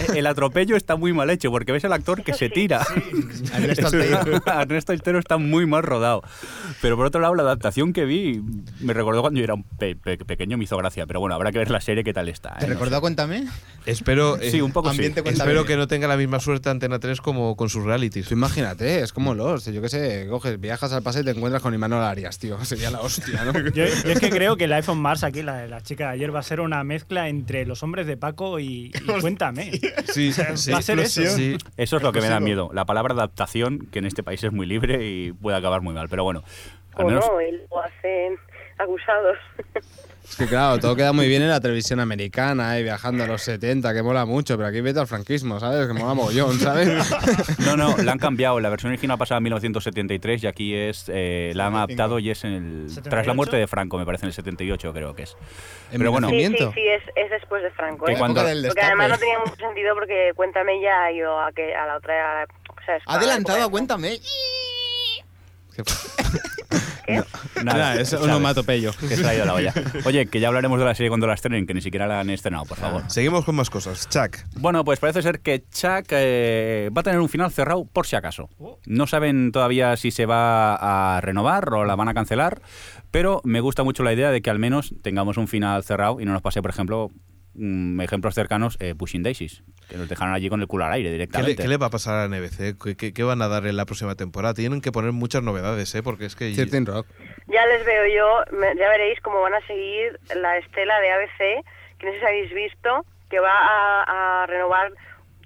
Speaker 5: E-, El atropello está muy mal hecho porque ves al actor que
Speaker 4: Eso
Speaker 5: se
Speaker 4: sí,
Speaker 5: tira.
Speaker 6: Ernesto Altero.
Speaker 5: Ernesto Altero está muy mal rodado. Pero por otro lado, la adaptación que vi me recordó cuando yo era un pe- pe- pequeño, me hizo gracia. Pero bueno, habrá que ver la serie qué tal está.
Speaker 6: ¿Te
Speaker 5: ¿eh?
Speaker 6: recordó a Cuéntame?
Speaker 2: Espero, eh,
Speaker 5: Sí, un poco sí.
Speaker 6: Ambiente cuéntame.
Speaker 2: espero que no tenga la misma suerte Antena 3 como con sus realities.
Speaker 3: Tú imagínate, es como los, yo qué sé, coges, viajas al pase y te encuentras con Imanol Arias, tío. Sería la hostia, ¿no?
Speaker 7: Yo, yo es que creo que el iPhone Mars aquí, la, la chica de ayer, va a ser una mezcla entre los hombres de Paco y, y cuéntame.
Speaker 2: Sí,
Speaker 7: sea, va a ser eso.
Speaker 2: sí.
Speaker 5: Eso es lo que me da
Speaker 6: Exclusivo.
Speaker 5: miedo. La palabra adaptación, que en este país es muy libre y puede acabar muy mal. Pero bueno, al
Speaker 4: O
Speaker 5: menos
Speaker 4: no, y lo hacen acusados.
Speaker 3: Es que claro, todo queda muy bien en la televisión americana, ¿eh? viajando a los 70, que mola mucho, pero aquí vete al franquismo, ¿sabes? Que mola mogollón, ¿sabes?
Speaker 5: No, no, la han cambiado. La versión original pasaba en 1973 y aquí es eh, la han
Speaker 6: 75.
Speaker 5: adaptado y es en el, tras la
Speaker 7: 78.
Speaker 5: muerte de Franco, me parece, en el 78 creo que es.
Speaker 3: En
Speaker 5: Pero bueno,
Speaker 4: Sí, sí,
Speaker 3: Miento.
Speaker 4: sí, es, es después de Franco.
Speaker 5: Que
Speaker 4: ¿eh?
Speaker 5: cuando-
Speaker 6: La época del
Speaker 4: Porque además no
Speaker 6: destape.
Speaker 4: tenía mucho sentido porque Cuéntame ya ha ido a, que, a la otra... o sea, es para la
Speaker 6: Adelantado
Speaker 4: época
Speaker 6: a
Speaker 4: de-
Speaker 6: Cuéntame.
Speaker 4: ¿eh?
Speaker 5: Nada,
Speaker 3: es
Speaker 5: sabes,
Speaker 3: un onomatopeyo.
Speaker 5: Que se ha ido la olla. Oye, que ya hablaremos de la serie cuando la estrenen, que ni siquiera la han estrenado, por favor.
Speaker 2: Seguimos con más cosas. Chuck,
Speaker 5: Bueno, pues parece ser que Chuck eh, va a tener un final cerrado por si acaso. No saben todavía si se va a renovar o la van a cancelar, pero me gusta mucho la idea de que al menos tengamos un final cerrado y no nos pase, por ejemplo, mm, ejemplos cercanos, eh, Pushing Daisies, que nos dejaron allí con el culo al aire
Speaker 2: ¿qué le,
Speaker 5: directamente.
Speaker 2: qué le va a pasar a NBC? ¿Qué, qué, qué van a dar en la próxima temporada? Tienen que poner muchas novedades, ¿eh? Porque es que...
Speaker 3: Certain Rock.
Speaker 4: Ya les veo yo, me- ya veréis cómo van a seguir la estela de ABC, que no sé si habéis visto, que va a, a renovar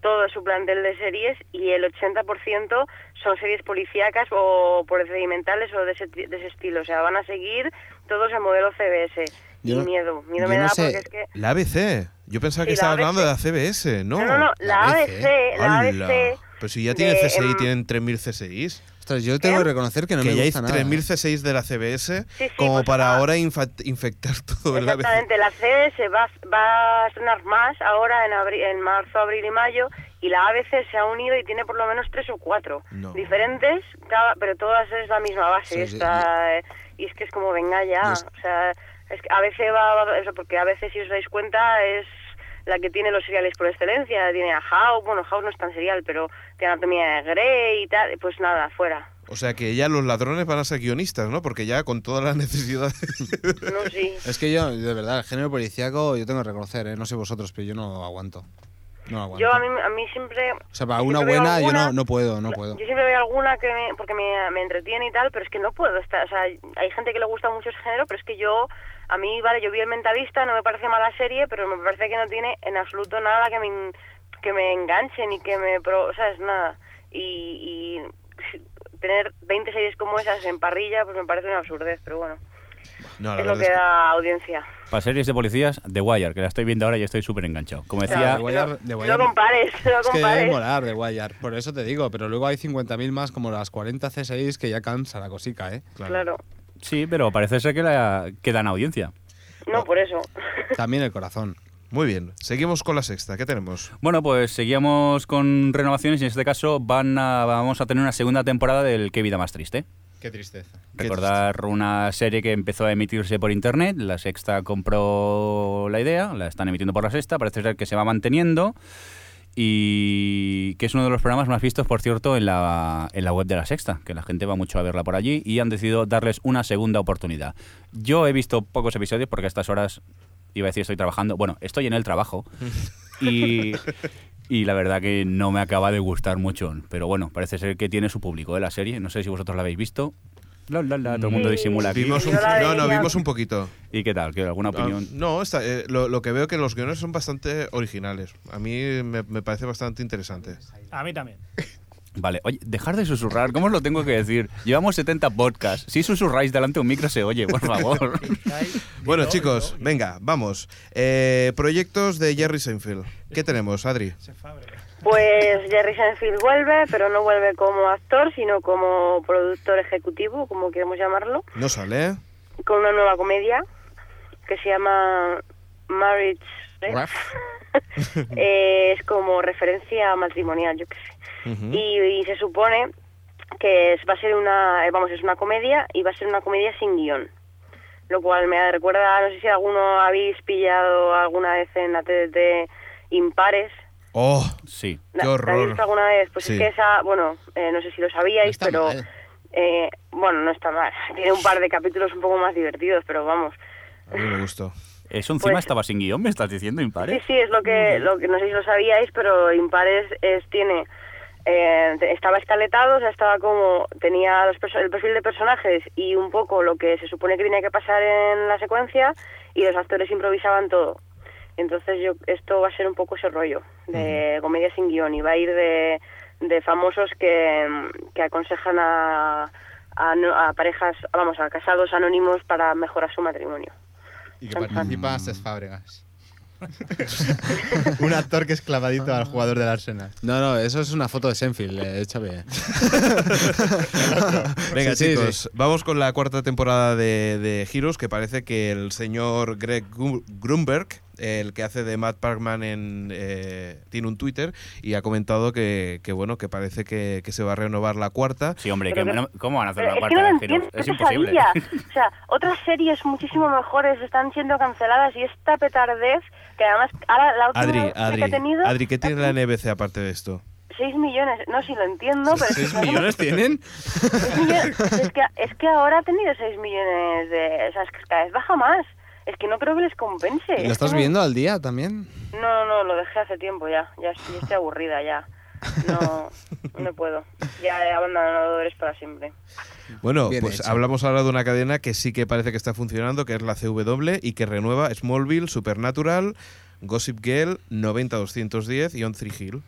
Speaker 4: todo su plantel de series y el 80% son series policíacas o procedimentales o de ese, ti- de ese estilo. O sea, van a seguir todos el modelo CBS.
Speaker 3: Yo
Speaker 4: y
Speaker 3: no-
Speaker 4: miedo, miedo
Speaker 3: yo
Speaker 4: me
Speaker 3: no
Speaker 4: da
Speaker 3: sé.
Speaker 4: porque es que...
Speaker 2: La ABC. Yo pensaba
Speaker 4: Sí,
Speaker 2: que
Speaker 4: la
Speaker 2: estaba
Speaker 4: ABC.
Speaker 2: hablando de la CBS, ¿no?
Speaker 4: No, no, no, la
Speaker 3: la
Speaker 4: ABC, la
Speaker 2: ¡Hala!
Speaker 4: ABC...
Speaker 2: Pero si ya tienen
Speaker 4: de,
Speaker 2: CSI,
Speaker 4: em,
Speaker 2: tienen 3.000 CSIs.
Speaker 3: Ostras, yo tengo que reconocer que no
Speaker 2: que
Speaker 3: me
Speaker 2: ya hay
Speaker 3: gusta nada.
Speaker 2: 3.000 CSIs de la CBS
Speaker 4: Sí, sí,
Speaker 2: como
Speaker 4: pues
Speaker 2: para
Speaker 4: va.
Speaker 2: ahora infa- infectar todo el ABC.
Speaker 4: Exactamente, la CBS va, va a estrenar más ahora en, abri- en marzo, abril y mayo y la ABC se ha unido y tiene por lo menos tres o cuatro
Speaker 2: No.
Speaker 4: diferentes, cada- pero todas es la misma base.
Speaker 2: Sí,
Speaker 4: esta, eh, y es que es como venga ya.
Speaker 2: Yo es-
Speaker 4: O sea, es que ABC va, va- eso, porque ABC, si os dais cuenta, es la que tiene los seriales por excelencia. Tiene a House, bueno, House no es tan serial, pero tiene Anatomía de Grey y tal. Pues nada, fuera.
Speaker 2: O sea que ya los ladrones van a ser guionistas, ¿no? Porque ya con todas las necesidades.
Speaker 4: No, sí.
Speaker 3: Es que yo, de verdad, el género policíaco yo tengo que reconocer, ¿eh? no sé vosotros, pero yo no aguanto. No aguanto.
Speaker 4: Yo a mí, a mí siempre...
Speaker 3: o sea, para una
Speaker 4: siempre veo
Speaker 3: buena yo
Speaker 4: alguna-
Speaker 3: no, no puedo, no puedo.
Speaker 4: Yo siempre veo alguna que me- porque me, me entretiene y tal, pero es que no puedo estar, o sea, hay gente que le gusta mucho ese género, pero es que yo, a mí, vale, yo vi El Mentalista, no me parece mala serie, pero me parece que no tiene en absoluto nada que me, en- que me enganche ni que me, pro, o sea, es nada. Y, y tener 20 series como esas en parrilla, pues me parece una absurdez, pero bueno,
Speaker 2: No, la
Speaker 4: es lo
Speaker 2: verdad
Speaker 4: que
Speaker 2: es que-
Speaker 4: da audiencia.
Speaker 5: Para series de policías, The Wire, que la estoy viendo ahora y estoy súper enganchado. Como decía,
Speaker 3: The Wire-
Speaker 4: no,
Speaker 3: The
Speaker 4: no
Speaker 3: Wire-
Speaker 4: compares, no
Speaker 3: Es que debe
Speaker 4: compares.
Speaker 3: molar de Guayar, por eso te digo, pero luego hay 50.000 más como las 40 C6 que ya cansa la cosica, ¿eh?
Speaker 4: claro.
Speaker 5: sí, pero parece ser que, la, que dan audiencia.
Speaker 4: No, por eso.
Speaker 3: También el corazón.
Speaker 2: Muy bien, seguimos con la sexta. ¿Qué tenemos?
Speaker 5: Bueno, pues seguíamos con renovaciones y en este caso van a- vamos a tener una segunda temporada del Qué vida más triste.
Speaker 6: Qué tristeza.
Speaker 2: Qué
Speaker 5: Recordar una serie que empezó a emitirse por internet, la sexta compró la idea, la están emitiendo por la sexta, parece ser que se va manteniendo y que es uno de los programas más vistos, por cierto, en la, en la web de la sexta, que la gente va mucho a verla por allí y han decidido darles una segunda oportunidad. Yo he visto pocos episodios porque a estas horas, iba a decir estoy trabajando, bueno, estoy en el trabajo y... Y la verdad que no me acaba de gustar mucho, pero bueno, parece ser que tiene su público ¿eh? la serie. No sé si vosotros la habéis visto. Mm. La, la, la, todo el mundo
Speaker 4: Sí.
Speaker 5: disimula aquí.
Speaker 2: Vimos un,
Speaker 4: Yo la
Speaker 2: no, no,
Speaker 4: veía.
Speaker 2: vimos un poquito.
Speaker 5: ¿Y qué tal? ¿Qué, ¿Alguna
Speaker 2: Ah,
Speaker 5: opinión?
Speaker 2: No, está, eh, lo, lo que veo que los guiones son bastante originales. A mí me, me parece bastante interesante.
Speaker 7: A mí también.
Speaker 5: Vale, oye, dejar de susurrar, ¿cómo os lo tengo que decir? Llevamos 70 podcasts. Si susurráis delante de un micro se oye, por favor.
Speaker 2: Bueno, chicos, venga, vamos. Eh, proyectos de Jerry Seinfeld. ¿Qué tenemos, Adri?
Speaker 4: Pues Jerry Seinfeld vuelve, pero no vuelve como actor, sino como productor ejecutivo, como queremos llamarlo,
Speaker 2: No sale, ¿eh?
Speaker 4: con una nueva comedia que se llama Marriage. Ref. Eh, es como referencia matrimonial, yo qué sé.
Speaker 2: Mm.
Speaker 4: y, y se supone que es- va a ser una, eh, vamos, es una comedia y va a ser una comedia sin guión. Lo cual me recuerda, no sé si alguno habéis pillado alguna vez en la TDT impares,
Speaker 2: ¡Oh!
Speaker 5: Sí.
Speaker 4: ¿La-
Speaker 2: Qué
Speaker 4: la
Speaker 2: horror.
Speaker 4: habéis visto alguna vez? Pues
Speaker 2: Sí.
Speaker 4: es que esa, bueno, eh, no sé si lo sabíais,
Speaker 6: No está
Speaker 4: pero...
Speaker 6: mal.
Speaker 4: eh, bueno, no está mal. Tiene un par de capítulos un poco más divertidos, pero vamos.
Speaker 2: A mí me gustó.
Speaker 5: Eso encima
Speaker 4: Pues-
Speaker 5: estaba sin guión, me estás diciendo impares.
Speaker 4: Sí, sí, es lo que, lo que no sé si lo sabíais, pero Impares es, tiene... eh, te- estaba escaletado, o sea, estaba como... Tenía los perso- el perfil de personajes y un poco lo que se supone que tenía que pasar en la secuencia y los actores improvisaban todo. Entonces yo esto va a ser un poco ese rollo de comedia sin guión y va a ir de, de famosos que, que aconsejan a, a no- a parejas, vamos, a casados anónimos para mejorar su matrimonio.
Speaker 6: Y que participa Ses Fábregas. un actor que es clavadito al jugador del Arsenal.
Speaker 3: No, no, eso es una foto de Senfield, eh, échame.
Speaker 2: Venga,
Speaker 3: Sí, sí,
Speaker 2: chicos,
Speaker 3: sí.
Speaker 2: vamos con la cuarta temporada de, de Heroes, que parece que el señor Greg Gru- Grunberg, el que hace de Matt Parkman en eh, tiene un Twitter y ha comentado que, que, bueno, que parece que, que se va a renovar la cuarta.
Speaker 5: Sí, hombre,
Speaker 4: Pero
Speaker 5: que
Speaker 4: que-
Speaker 5: no- ¿cómo van a hacer
Speaker 4: Pero
Speaker 5: una
Speaker 4: Eh, es
Speaker 5: cuarta
Speaker 4: que no lo
Speaker 5: de
Speaker 4: entiendo,
Speaker 5: Heroes? Es
Speaker 4: qué
Speaker 5: imposible.
Speaker 4: pesadilla. O sea, otras series muchísimo mejores están siendo canceladas y esta petardez, que además ahora la última
Speaker 2: Adri,
Speaker 4: noticia
Speaker 2: Adri,
Speaker 4: que ha tenido...
Speaker 2: Adri, ¿qué tiene la NBC aparte de esto?
Speaker 4: 6 millones, no, si lo entiendo, pero... es que-
Speaker 3: tienen?
Speaker 4: seis millones, es, que, es que ahora ha tenido 6 millones de... O sea, es que cada vez baja más. Es que no creo que les compense.
Speaker 3: ¿Lo estás
Speaker 4: No,
Speaker 3: viendo al día también?
Speaker 4: No, no, lo dejé hace tiempo ya. Ya estoy, estoy aburrida ya. No, no puedo. Ya he abandonado Dores para siempre.
Speaker 2: Bueno,
Speaker 3: Bien
Speaker 2: pues
Speaker 3: hecho.
Speaker 2: hablamos ahora de una cadena que sí que parece que está funcionando, que es la CW y que renueva Smallville, Supernatural, Gossip Girl, 90210 y On Three Hill.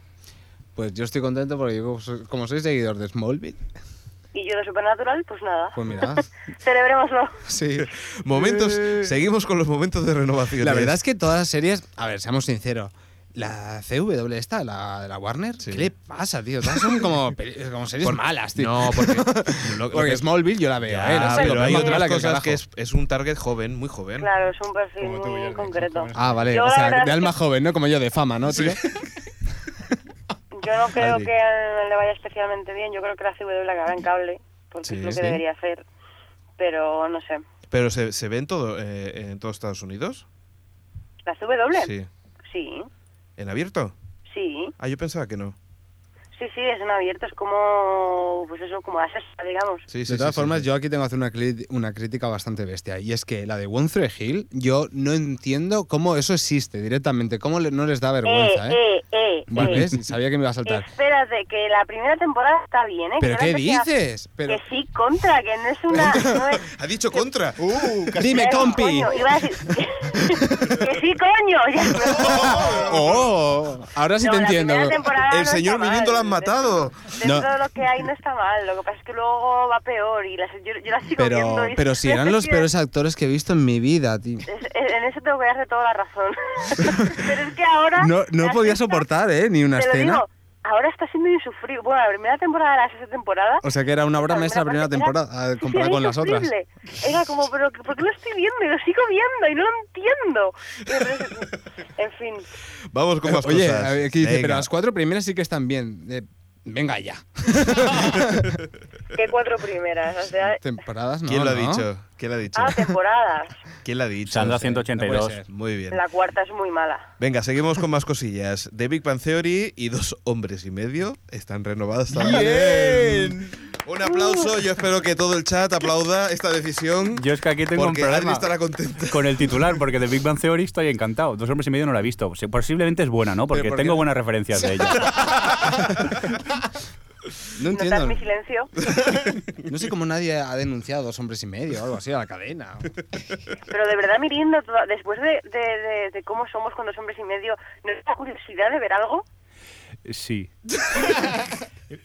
Speaker 3: Pues yo estoy contento porque yo, como soy- como soy seguidor de Smallville,
Speaker 4: Y yo de Supernatural, pues nada.
Speaker 3: pues mira,
Speaker 4: Celebrémoslo.
Speaker 3: sí.
Speaker 2: Momentos,
Speaker 3: Eh.
Speaker 2: seguimos con los momentos de renovación.
Speaker 3: La verdad es que todas las series, a ver, seamos sinceros, la CW esta, la de la Warner,
Speaker 2: Sí.
Speaker 3: ¿qué le pasa, tío? Todas son como, peli- como series malas, tío.
Speaker 2: No, porque. lo- lo
Speaker 3: porque
Speaker 2: que-
Speaker 3: Smallville yo la veo,
Speaker 2: Ya,
Speaker 3: ¿eh? La sigo,
Speaker 2: pero hay
Speaker 3: más
Speaker 2: otras
Speaker 3: mala el
Speaker 2: cosas
Speaker 3: carajo.
Speaker 2: que es, es un target joven, muy joven.
Speaker 4: Claro, es un perfil
Speaker 6: ¿Eh? Como tú,
Speaker 4: muy
Speaker 6: Jordi,
Speaker 4: concreto.
Speaker 6: como tú,
Speaker 3: Ah, vale,
Speaker 4: Yo
Speaker 3: o
Speaker 4: la
Speaker 3: sea,
Speaker 4: verdad
Speaker 3: de
Speaker 4: es
Speaker 3: alma
Speaker 4: que-
Speaker 3: joven, ¿no? Como yo, de fama, ¿no, tío?
Speaker 4: Yo no creo
Speaker 2: Adri.
Speaker 4: que eh, le vaya especialmente bien. Yo creo que la CW la hará en cable, porque
Speaker 2: Sí,
Speaker 4: es lo que
Speaker 2: sí.
Speaker 4: debería hacer. Pero no sé.
Speaker 2: ¿Pero se, se ve en todo, eh, en todos Estados Unidos?
Speaker 4: ¿La CW?
Speaker 2: Sí.
Speaker 4: Sí,
Speaker 2: ¿En abierto?
Speaker 4: sí.
Speaker 2: Ah, yo pensaba que no.
Speaker 4: Sí, sí, es en abierto, es como, pues eso, como asesor, digamos.
Speaker 2: Sí, sí,
Speaker 3: de
Speaker 2: sí,
Speaker 3: todas
Speaker 2: sí,
Speaker 3: formas,
Speaker 2: sí.
Speaker 3: yo aquí tengo que hacer una, cri- una crítica bastante bestia. Y es que la de One Through Hill, yo no entiendo cómo eso existe directamente. Cómo le- no les da vergüenza, ¿eh?
Speaker 4: eh, eh, eh,
Speaker 3: Bueno,
Speaker 4: eh.
Speaker 3: ¿ves? Sabía que me iba a saltar.
Speaker 4: Espérate, que la primera temporada está bien, ¿eh?
Speaker 3: ¿Pero
Speaker 4: Que
Speaker 3: qué
Speaker 4: no empecé a-
Speaker 3: dices? Pero...
Speaker 4: Que sí, contra, que no es una... no es-
Speaker 2: Ha dicho contra.
Speaker 6: ¡Uh! casi-
Speaker 3: Dime,
Speaker 4: Eh,
Speaker 3: compi.
Speaker 4: coño, iba a decir... que sí, coño. Ya,
Speaker 3: ¡Oh! Ahora sí
Speaker 4: No,
Speaker 3: te
Speaker 4: la
Speaker 3: entiendo.
Speaker 4: primera temporada no
Speaker 2: El
Speaker 4: está
Speaker 2: señor
Speaker 4: mal.
Speaker 2: viniendo lo han matado.
Speaker 4: Dentro
Speaker 3: No.
Speaker 4: de lo que hay no está mal, lo que pasa es que luego va peor y las- yo, yo la sigo
Speaker 3: Pero,
Speaker 4: viendo. y-
Speaker 3: pero si eran los
Speaker 4: Es-
Speaker 3: peores actores que he visto en mi vida, tío.
Speaker 4: es- En eso tengo que darte toda la razón. pero es que ahora...
Speaker 3: No, no
Speaker 4: la
Speaker 3: podía
Speaker 4: sexta-
Speaker 3: soportar, ¿eh? Ni una
Speaker 4: Te lo
Speaker 3: escena.
Speaker 4: digo, ahora está siendo insufrible. Bueno, la primera temporada de la sexta temporada.
Speaker 3: O sea que era una obra maestra la primera
Speaker 4: parte
Speaker 3: temporada, eh,
Speaker 4: sí,
Speaker 3: comparada
Speaker 4: era
Speaker 3: con las otras.
Speaker 4: insufrible. Era como, pero ¿por qué lo estoy viendo? Y lo sigo viendo y no lo entiendo. Y- En fin,
Speaker 2: Vamos
Speaker 6: Eh,
Speaker 2: con más
Speaker 3: Oye,
Speaker 2: cosas.
Speaker 3: a ver, aquí dice,
Speaker 2: Venga.
Speaker 3: pero las cuatro primeras sí que están bien. Eh, venga ya.
Speaker 4: qué cuatro primeras. O
Speaker 3: eh.
Speaker 4: sea,
Speaker 3: Temporadas no,
Speaker 2: ¿Quién lo ha
Speaker 3: ¿no?
Speaker 2: dicho? ¿Quién lo ha dicho?
Speaker 4: ah, temporadas.
Speaker 2: ¿Quién lo ha dicho?
Speaker 5: Sandra
Speaker 2: Sí.
Speaker 5: 182.
Speaker 3: ser.
Speaker 2: Muy bien.
Speaker 4: La cuarta es muy mala.
Speaker 2: Venga, seguimos con más cosillas. The Big Bang Theory y dos hombres y medio están renovadas también.
Speaker 6: ¡Bien!
Speaker 2: Un aplauso. Yo espero que todo el chat aplauda esta decisión.
Speaker 5: Yo es que aquí tengo
Speaker 2: porque
Speaker 5: un
Speaker 2: Adri
Speaker 5: problema
Speaker 2: estará contenta.
Speaker 5: con el titular, porque de Big Bang Theory estoy encantado. Dos hombres y medio no la he visto. Sí, Posiblemente es buena, ¿no? Porque
Speaker 2: ¿por qué?
Speaker 5: tengo buenas referencias de ella.
Speaker 3: No
Speaker 4: ¿Notas
Speaker 3: entiendo.
Speaker 4: mi silencio?
Speaker 3: No sé cómo nadie ha denunciado dos hombres y medio o algo así a la cadena.
Speaker 4: Pero de verdad, mirando, toda- después de, de, de, de cómo somos con dos hombres y medio, ¿no es la curiosidad de ver algo?
Speaker 5: Sí.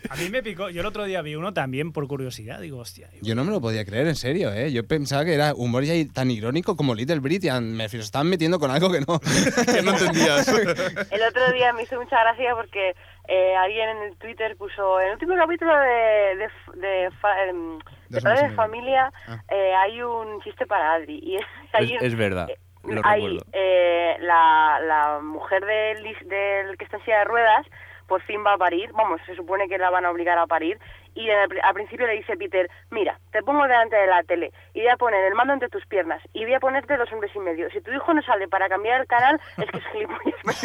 Speaker 7: A mí me picó. Yo el otro día vi uno también por curiosidad. Digo, hostia. digo,
Speaker 3: Yo no me lo podía creer, en serio, ¿eh? Yo pensaba que era humor ya tan irónico como Little Britain. Me refiero, estaban metiendo con algo que no.
Speaker 2: Que no entendías.
Speaker 4: El otro día me hizo mucha gracia porque eh, alguien en el Twitter puso el último capítulo de, de, f- de, fa- em, de
Speaker 6: Dos
Speaker 4: Padres
Speaker 6: hombres y
Speaker 4: de
Speaker 6: medio.
Speaker 4: Familia
Speaker 6: Ah.
Speaker 4: eh, hay un chiste para Adri. Y hay
Speaker 5: Es,
Speaker 4: un-
Speaker 5: es verdad.
Speaker 4: eh,
Speaker 5: Lo
Speaker 4: hay,
Speaker 5: recuerdo.
Speaker 4: eh, la, la mujer del, is- del que está en silla de ruedas por fin va a parir, vamos, se supone que la van a obligar a parir, y en el pri- al principio le dice Peter, mira, te pongo delante de la tele y voy a poner el mando entre tus piernas y voy a ponerte dos hombres y medio. Si tu hijo no sale para cambiar el canal, es que es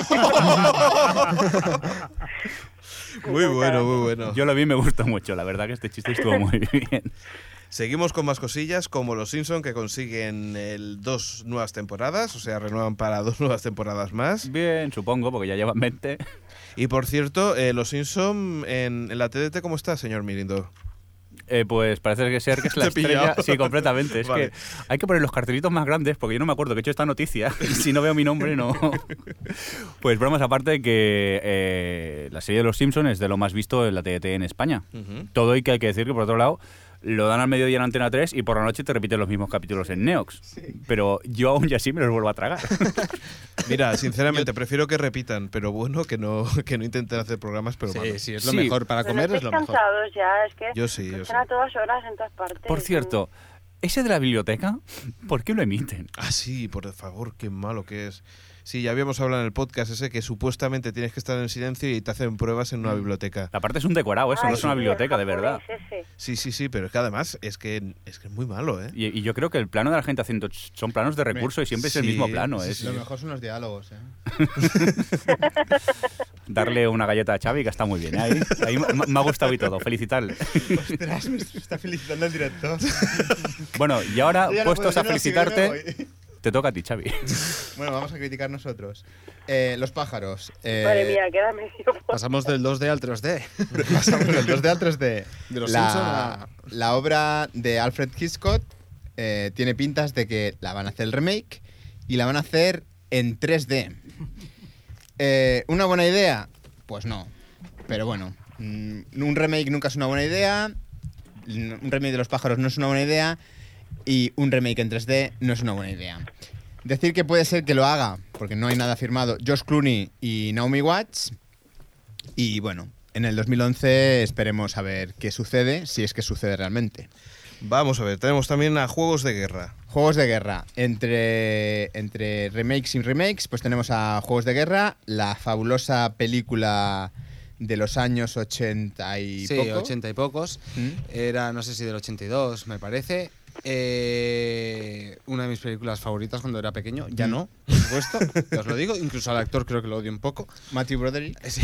Speaker 4: gilipollas.
Speaker 2: Muy bueno, muy bueno.
Speaker 5: Yo lo vi y me gustó mucho. La verdad que este chiste estuvo muy bien.
Speaker 2: Seguimos con más cosillas como los Simpson que consiguen el dos nuevas temporadas, o sea, renuevan para dos nuevas temporadas más.
Speaker 5: Bien, supongo, porque ya llevan 20.
Speaker 2: Y por cierto, eh, los Simpson en, en la TDT, ¿cómo está, señor Mirindo?
Speaker 5: Eh, pues parece que ser que es la
Speaker 2: Te he
Speaker 5: estrella.
Speaker 2: pillado.
Speaker 5: Sí, completamente. Es
Speaker 2: Vale.
Speaker 5: que hay que poner los cartelitos más grandes porque yo no me acuerdo que he hecho esta noticia y si no veo mi nombre no. Pues bromas aparte que eh, la serie de Los Simpsons es de lo más visto en la TDT en España. Todo y que hay que decir que por otro lado lo dan al mediodía en Antena 3 y por la noche te repiten los mismos capítulos en Neox. Pero yo aún y así me los vuelvo a tragar.
Speaker 2: Mira, sinceramente, prefiero que repitan, pero bueno, que no, que no intenten hacer programas, pero malos.
Speaker 3: sí,
Speaker 5: es lo mejor.
Speaker 3: Para
Speaker 4: Pero estáis cansados ya, es que
Speaker 2: Yo sí, yo
Speaker 4: están a todas horas en todas partes.
Speaker 5: Por cierto, ese de la biblioteca, ¿por qué lo emiten?
Speaker 2: Ah, sí, por favor, qué malo que es. Sí, ya habíamos hablado en el podcast ese que supuestamente tienes que estar en silencio y te hacen pruebas en una
Speaker 5: Mm.
Speaker 2: biblioteca.
Speaker 5: La parte es un decorado, pues eso
Speaker 4: Ay,
Speaker 5: no es una
Speaker 4: sí, el
Speaker 5: biblioteca, de
Speaker 4: japonés
Speaker 5: verdad.
Speaker 4: ese.
Speaker 2: Sí, sí, sí, pero es que además es que es, que es muy malo, ¿eh?
Speaker 5: Y, y yo creo que el plano de la gente haciendo ch- son planos de recurso y siempre es el
Speaker 2: Sí,
Speaker 5: mismo plano. ¿eh?
Speaker 2: sí,
Speaker 5: es
Speaker 2: sí.
Speaker 6: Lo mejor son los diálogos, ¿eh?
Speaker 5: darle una galleta a Xavi que está muy bien. Ahí, ahí me, me ha gustado y todo. Felicitarle.
Speaker 6: Ostras, me está felicitando el director.
Speaker 5: Bueno, y ahora,
Speaker 6: Ya no
Speaker 5: Ah, puestos
Speaker 6: puedo,
Speaker 5: a
Speaker 6: yo no, si yo no
Speaker 5: felicitarte,
Speaker 6: voy.
Speaker 5: te toca a ti, Xavi.
Speaker 6: Bueno, vamos a criticar nosotros. Eh, los pájaros. eh,
Speaker 4: Madre mía, queda medio
Speaker 3: Pasamos del 2D al 3D.
Speaker 6: Pasamos del 2D al 3D.
Speaker 3: De los Simpson
Speaker 6: la,
Speaker 3: a-
Speaker 6: la obra de Alfred Hitchcock eh, tiene pintas de que la van a hacer el remake y la van a hacer en 3D. Eh, ¿Una buena idea? Pues no. Pero bueno, mm, un remake nunca es una buena idea. n- Un remake de los pájaros no es una buena idea. Y un remake en 3D no es una buena idea. Decir que puede ser que lo haga, porque no hay nada firmado, Josh Clooney y Naomi Watts. Y bueno, en el 2011 esperemos a ver qué sucede, si es que sucede realmente.
Speaker 2: Vamos a ver, tenemos también a Juegos de Guerra.
Speaker 6: Juegos de guerra. Entre, entre remakes y remakes, pues tenemos a Juegos de guerra, la fabulosa película de los años 80 y
Speaker 3: sí,
Speaker 6: poco.
Speaker 3: 80 y pocos.
Speaker 6: ¿Mm?
Speaker 3: Era, no sé si del 82, me parece. Eh, una de mis películas favoritas cuando era pequeño.
Speaker 6: Mm.
Speaker 3: Ya no, por supuesto. ya os lo digo. Incluso al actor creo que lo odio un poco.
Speaker 6: Matthew Broderick.
Speaker 3: Sí.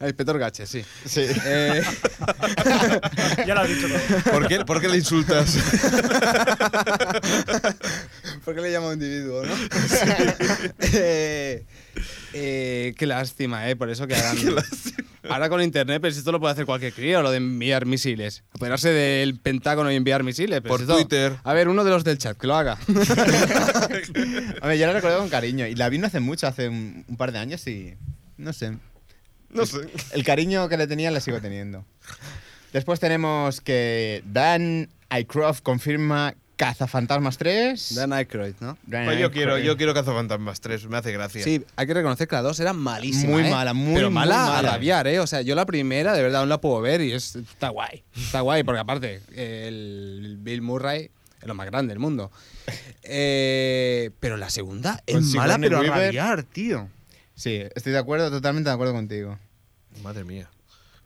Speaker 3: El inspector Gache, sí.
Speaker 6: Sí.
Speaker 3: Eh,
Speaker 7: Ya lo has dicho todo.
Speaker 2: ¿Por qué, por qué le insultas?
Speaker 3: ¿Por qué le llamo individuo, no? Eh, eh, qué lástima, ¿eh? Por eso que hagan... Ahora con internet, pero si esto lo puede hacer cualquier crío, lo de enviar misiles. Apoderarse del Pentágono y enviar misiles. pero
Speaker 2: Por
Speaker 3: si esto-
Speaker 2: Twitter.
Speaker 3: A ver, uno de los del chat, que lo haga.
Speaker 6: A ver, yo la recuerdo con cariño. Y la vi no hace mucho, hace un, un par de años y. No sé.
Speaker 2: No sé.
Speaker 6: El cariño que le tenía la sigo teniendo. Después tenemos que Dan Aycroft confirma Cazafantasmas 3.
Speaker 3: Dan Aykroyd, ¿no?
Speaker 6: Dan
Speaker 2: Pues
Speaker 5: Eh,
Speaker 2: yo quiero,
Speaker 6: Aykroyd.
Speaker 2: yo quiero Cazafantasmas 3, me hace gracia.
Speaker 3: Sí, hay que reconocer que la 2 era malísima.
Speaker 6: Muy
Speaker 3: ¿eh?
Speaker 6: mala, muy,
Speaker 3: Pero
Speaker 6: muy
Speaker 3: mala,
Speaker 6: mala.
Speaker 3: a rabiar, ¿eh? O sea, yo la primera de verdad aún la puedo ver y es, está guay. Está guay, porque aparte, el Bill Murray es lo más grande del mundo. Eh, pero la segunda es
Speaker 6: Con
Speaker 3: mala,
Speaker 6: Sigourney
Speaker 3: pero a
Speaker 6: Weaver.
Speaker 3: rabiar, tío.
Speaker 6: Sí, estoy de acuerdo, totalmente de acuerdo contigo.
Speaker 2: Madre mía.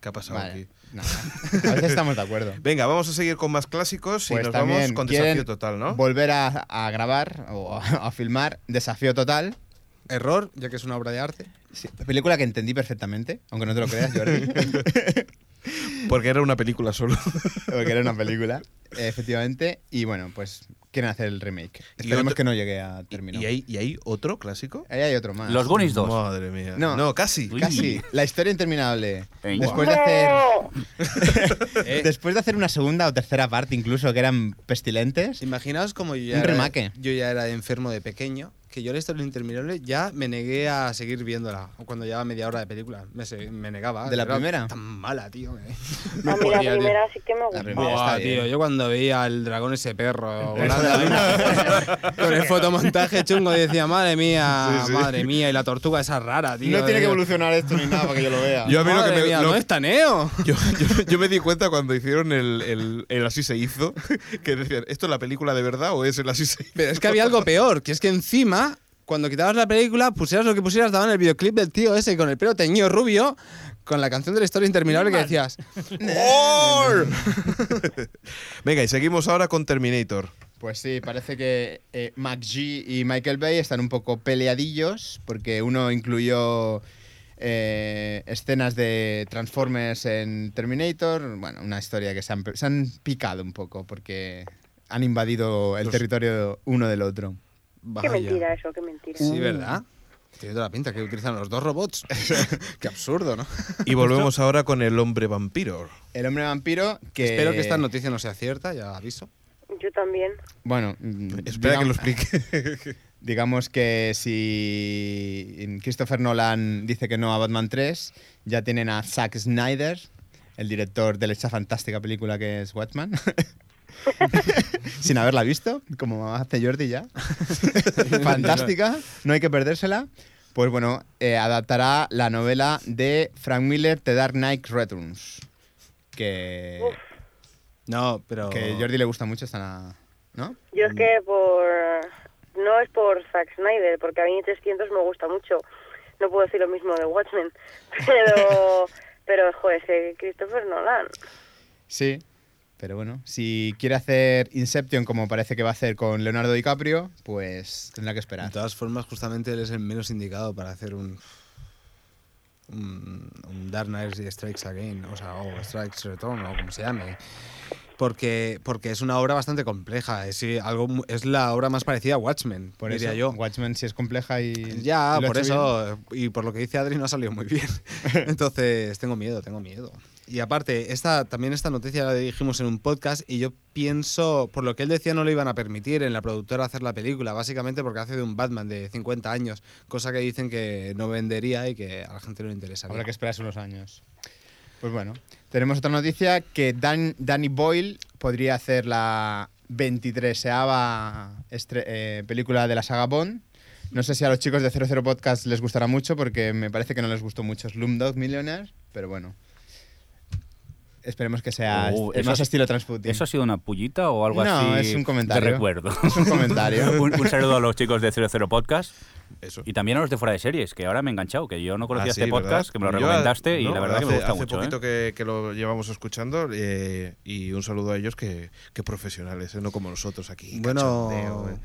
Speaker 2: ¿Qué ha pasado aquí?
Speaker 6: Vale. Nada. A veces estamos de acuerdo.
Speaker 2: Venga, vamos a seguir con más clásicos y
Speaker 6: Pues
Speaker 2: nos vamos
Speaker 6: también
Speaker 2: con
Speaker 6: quieren
Speaker 2: desafío total, ¿no?
Speaker 6: Volver a, a grabar o a, a filmar Desafío Total.
Speaker 3: Error, ya que es una obra de arte.
Speaker 6: Sí, película que entendí perfectamente, aunque no te lo creas, Jordi.
Speaker 2: Porque era una película solo.
Speaker 6: porque era una película, eh, efectivamente. Y bueno, pues quieren hacer el remake.
Speaker 2: Y
Speaker 6: Esperemos
Speaker 2: otro-
Speaker 6: que no llegue a término.
Speaker 2: ¿Y hay, ¿Y hay otro clásico?
Speaker 6: Ahí hay otro más.
Speaker 5: Los Goonies 2.
Speaker 2: Madre mía. No,
Speaker 6: No.
Speaker 2: casi.
Speaker 5: Uy.
Speaker 6: Casi. La historia interminable.
Speaker 5: Ey.
Speaker 6: Después de pues hacer.
Speaker 2: Eh.
Speaker 6: Después de hacer una segunda o tercera parte, incluso, que eran pestilentes.
Speaker 3: Imaginaos como yo ya,
Speaker 6: Un
Speaker 3: era-
Speaker 6: remake.
Speaker 3: yo ya era enfermo de pequeño, que yo la historia interminable ya me negué a seguir viéndola cuando llevaba media hora de película. Me, se- me negaba.
Speaker 6: ¿De la
Speaker 3: Era
Speaker 6: primera?
Speaker 3: Tan mala, tío. eh. que- no
Speaker 4: A mí la
Speaker 3: podía, tío.
Speaker 4: primera sí que me
Speaker 6: La
Speaker 4: gusta.
Speaker 2: Pues
Speaker 6: primera
Speaker 3: Buah,
Speaker 6: está bien.
Speaker 3: tío, yo cuando veía al dragón ese perro
Speaker 6: Eso
Speaker 3: volando ahí, con el fotomontaje chungo decía, madre mía,
Speaker 2: Sí, sí.
Speaker 3: madre mía, y la tortuga esa rara, tío.
Speaker 2: eh.
Speaker 3: Digo,
Speaker 6: evolucionar esto ni nada para que yo lo vea.
Speaker 2: Yo a mí lo que
Speaker 3: madre
Speaker 2: me-
Speaker 3: mía,
Speaker 2: lo-
Speaker 3: no está Neo.
Speaker 2: Yo, yo- yo me di cuenta cuando hicieron el, el- el Así se hizo, que decían, ¿esto es la película de verdad o es el Así se hizo?
Speaker 3: Pero es que había algo peor, que es que encima, cuando quitabas la película, pusieras lo que pusieras, daban el videoclip del tío ese con el pelo teñido rubio, con la canción de la historia interminable que decías.
Speaker 2: ¡Or! Venga, y seguimos ahora con Terminator.
Speaker 6: Pues sí, parece que eh, Mac G y Michael Bay están un poco peleadillos porque uno incluyó eh, escenas de Transformers en Terminator, bueno, una historia que se han, se han picado un poco porque han invadido el territorio uno del otro.
Speaker 4: Qué
Speaker 3: Vaya.
Speaker 4: mentira eso, qué mentira.
Speaker 3: Sí, ¿verdad? Tiene toda la pinta que utilizan los dos robots. Qué absurdo, ¿no?
Speaker 2: Y volvemos ahora con el hombre vampiro.
Speaker 6: El hombre vampiro que...
Speaker 3: Espero que esta noticia no sea cierta, ya aviso.
Speaker 4: Yo también.
Speaker 6: Bueno, mm,
Speaker 2: Espera que lo
Speaker 6: digamos-
Speaker 2: explique.
Speaker 6: Digamos que si Christopher Nolan dice que no a Batman 3, ya tienen a Zack Snyder, el director de esta fantástica película que es Watchman, sin haberla visto, como hace Jordi ya. fantástica, no hay que perdérsela. Pues bueno, eh, adaptará la novela de Frank Miller, The Dark Knight Returns, que,
Speaker 3: No, pero.
Speaker 6: que
Speaker 2: Oh.
Speaker 6: a Jordi le gusta mucho esta... ¿No?
Speaker 4: Yo es
Speaker 3: Mm.
Speaker 4: que por... No es por Zack Snyder, porque a mí 300 me gusta mucho. No puedo decir lo mismo de Watchmen, pero... Pero, joder, ese Christopher Nolan.
Speaker 6: Sí, pero bueno, si quiere hacer Inception como parece que va a hacer con Leonardo DiCaprio, pues tendrá que
Speaker 3: De
Speaker 6: esperar.
Speaker 3: todas formas, justamente él es el menos indicado para hacer un. Un, mm, un Dark Knight y Strikes Again, o sea, o Strikes Return, o como se llame. Porque, porque es una obra bastante compleja. Es, sí, algo, mu- es la obra más parecida a Watchmen,
Speaker 6: Por
Speaker 3: diría
Speaker 6: eso,
Speaker 3: yo.
Speaker 6: Watchmen si es compleja y...
Speaker 3: Ya,
Speaker 6: y lo ha
Speaker 3: por
Speaker 6: hecho
Speaker 3: eso, y por lo que dice Adri, no ha salido muy bien. Entonces, tengo miedo, tengo miedo. Y aparte, esta, también esta noticia la dijimos en un podcast y yo pienso, por lo que él decía, no lo iban a permitir en la productora hacer la película, básicamente porque hace de un Batman de 50 años, cosa que dicen que no vendería y que a la gente no le
Speaker 6: bien.
Speaker 3: interesaría.
Speaker 6: Habrá que esperarse unos años. Pues bueno, tenemos otra noticia que Dan, Danny Boyle podría hacer la 23 película de la saga Bond. No sé si a los chicos de 00 Podcast les gustará mucho porque me parece que no les gustó mucho Slumdog Millionaire, pero bueno. Esperemos que sea
Speaker 5: Oh,
Speaker 6: el
Speaker 5: eso
Speaker 6: más
Speaker 5: es-
Speaker 6: estilo Transputin.
Speaker 5: ¿Eso ha sido una pullita o algo
Speaker 6: No,
Speaker 5: así?
Speaker 6: es un
Speaker 5: de
Speaker 6: comentario.
Speaker 5: recuerdo.
Speaker 6: Es un comentario.
Speaker 5: un, un saludo a los chicos de 00 Podcast.
Speaker 2: Eso.
Speaker 5: Y también a los de fuera de series, que ahora me he enganchado, que yo no conocía
Speaker 2: Ah, sí,
Speaker 5: este
Speaker 2: ¿verdad?
Speaker 5: podcast, que me lo
Speaker 2: Yo,
Speaker 5: recomendaste y
Speaker 2: no,
Speaker 5: la verdad
Speaker 2: hace,
Speaker 5: que me gusta
Speaker 2: hace
Speaker 5: mucho.
Speaker 2: poquito
Speaker 5: ¿eh?
Speaker 2: que, que lo llevamos escuchando eh, y un saludo a ellos que, que profesionales, eh, no como nosotros aquí.
Speaker 3: Bueno,
Speaker 2: cachondeo, eh.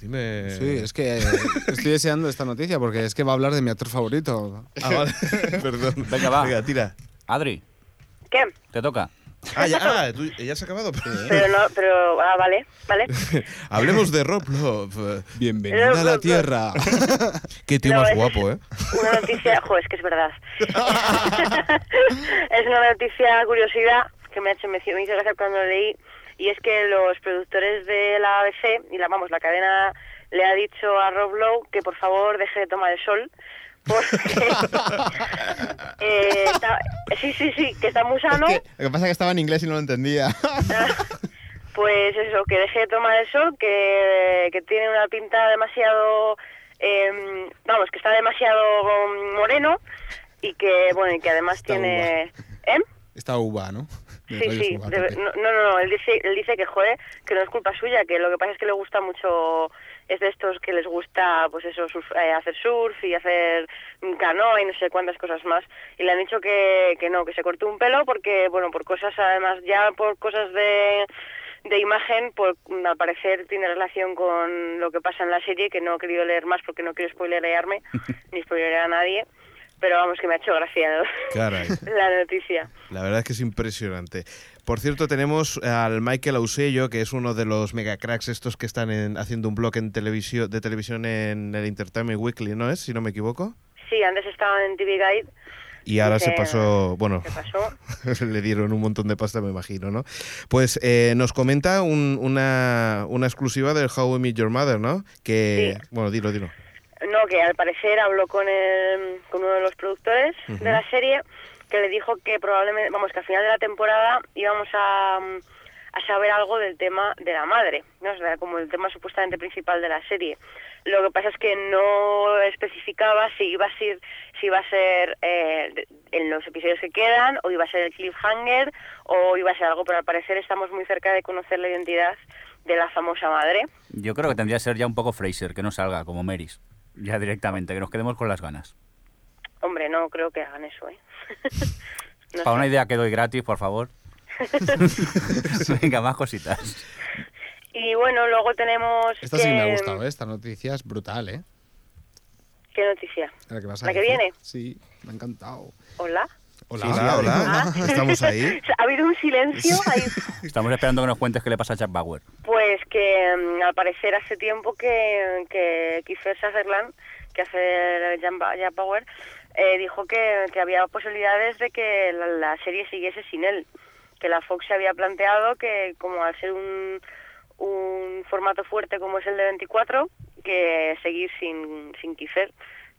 Speaker 2: Dime.
Speaker 3: Sí, es que eh, estoy deseando esta noticia porque es que va a hablar de mi actor favorito.
Speaker 2: Ah, vale. Perdón.
Speaker 5: Venga, va.
Speaker 2: Venga, tira.
Speaker 5: Adri,
Speaker 4: ¿Qué?
Speaker 5: te toca.
Speaker 2: Ah, ya, ah, tú- ya se ha acabado.
Speaker 4: Pero no, pero, ah, vale, vale.
Speaker 2: Hablemos de Rob Love.
Speaker 3: Bienvenida a la Tierra.
Speaker 2: Qué tío
Speaker 4: No,
Speaker 2: más
Speaker 4: es-
Speaker 2: guapo, ¿eh?
Speaker 4: Una noticia, jo, es que es verdad. es una noticia curiosidad que me, ha hecho, me hizo me hizo gracia cuando lo leí y es que los productores de la ABC y la vamos la cadena le ha dicho a Rob Lowe que por favor deje de tomar el sol porque eh, está- sí sí sí que está muy sano
Speaker 6: Es que lo que pasa es que estaba en inglés y no lo entendía.
Speaker 4: pues eso, que deje de tomar el sol, que, que tiene una pinta demasiado, em, vamos, que está demasiado um, moreno y que, bueno, y que además
Speaker 3: Está
Speaker 4: tiene... ¿Eh?
Speaker 3: Esta uva, ¿no? De
Speaker 4: Sí,
Speaker 3: rayos
Speaker 4: sí,
Speaker 3: uva,
Speaker 4: de-
Speaker 3: Pepe.
Speaker 4: no, no, no, él dice, él dice que joder, que no es culpa suya, que lo que pasa es que le gusta mucho, es de estos que les gusta, pues eso, surf- eh, hacer surf y hacer mm, canoa y no sé cuántas cosas más, y le han dicho que, que no, que se cortó un pelo porque, bueno, por cosas, además, ya por cosas de de imagen, por, mm, al parecer tiene relación con lo que pasa en la serie, que no he querido leer más porque no quiero spoilerearme, ni spoilerear a nadie, pero vamos, que me ha hecho gracia
Speaker 2: Caray.
Speaker 4: la noticia.
Speaker 2: La verdad es que es impresionante. Por cierto, tenemos al Michael Ausello, que es uno de los mega cracks estos que están en- haciendo un blog en televisión, de televisión en el Entertainment Weekly, ¿no es? Si no me equivoco.
Speaker 4: Sí, antes estaba en TV Guide.
Speaker 2: Y ahora se
Speaker 4: que-
Speaker 2: pasó, bueno,
Speaker 4: ¿Qué pasó?
Speaker 2: le dieron un montón de pasta, me imagino, ¿no? Pues eh, nos comenta un- una, una exclusiva del How I Meet Your Mother, ¿no? Que,
Speaker 4: Sí.
Speaker 2: bueno, dilo, dilo.
Speaker 4: No, que al parecer habló con, el, con uno de los productores de la serie que le dijo que probablemente, vamos, que al final de la temporada íbamos a, mm, a saber algo del tema de la madre, ¿no? O sea, como el tema supuestamente principal de la serie. Lo que pasa es que no especificaba si iba a ser, si iba a ser eh, de- en los episodios que quedan, o iba a ser el cliffhanger, o iba a ser algo, pero al parecer estamos muy cerca de conocer la identidad de la famosa madre.
Speaker 5: Yo creo que tendría que ser ya un poco Fraser, que no salga como Meris. Ya directamente, que nos quedemos con las ganas.
Speaker 4: Hombre, no creo que hagan eso, ¿eh? No
Speaker 5: Para
Speaker 4: sé.
Speaker 5: una idea que doy gratis, por favor. Venga, más cositas.
Speaker 4: Y bueno, luego tenemos.
Speaker 3: Esta
Speaker 4: que... mm,
Speaker 3: sí que me ha gustado, ¿eh? Esta noticia es brutal, ¿eh?
Speaker 4: ¿Qué noticia?
Speaker 3: La que, vas a
Speaker 4: ¿La que
Speaker 3: decir.
Speaker 4: viene?
Speaker 3: Sí, me ha encantado.
Speaker 4: ¿Hola?
Speaker 3: Hola,
Speaker 2: Sí, hola, hola.
Speaker 4: Ah.
Speaker 2: Estamos ahí.
Speaker 4: Ha habido un silencio ahí.
Speaker 5: Estamos esperando que nos cuentes qué le pasa a Jack Bauer.
Speaker 4: Pues que mm, al parecer hace tiempo que, que Kiefer Sutherland, que hace Jan, Ba- Jan Power, eh, dijo que, que había posibilidades de que la, la serie siguiese sin él. Que la Fox se había planteado que como al ser un, un formato fuerte como es el de 24, que seguir sin, sin Kiefer.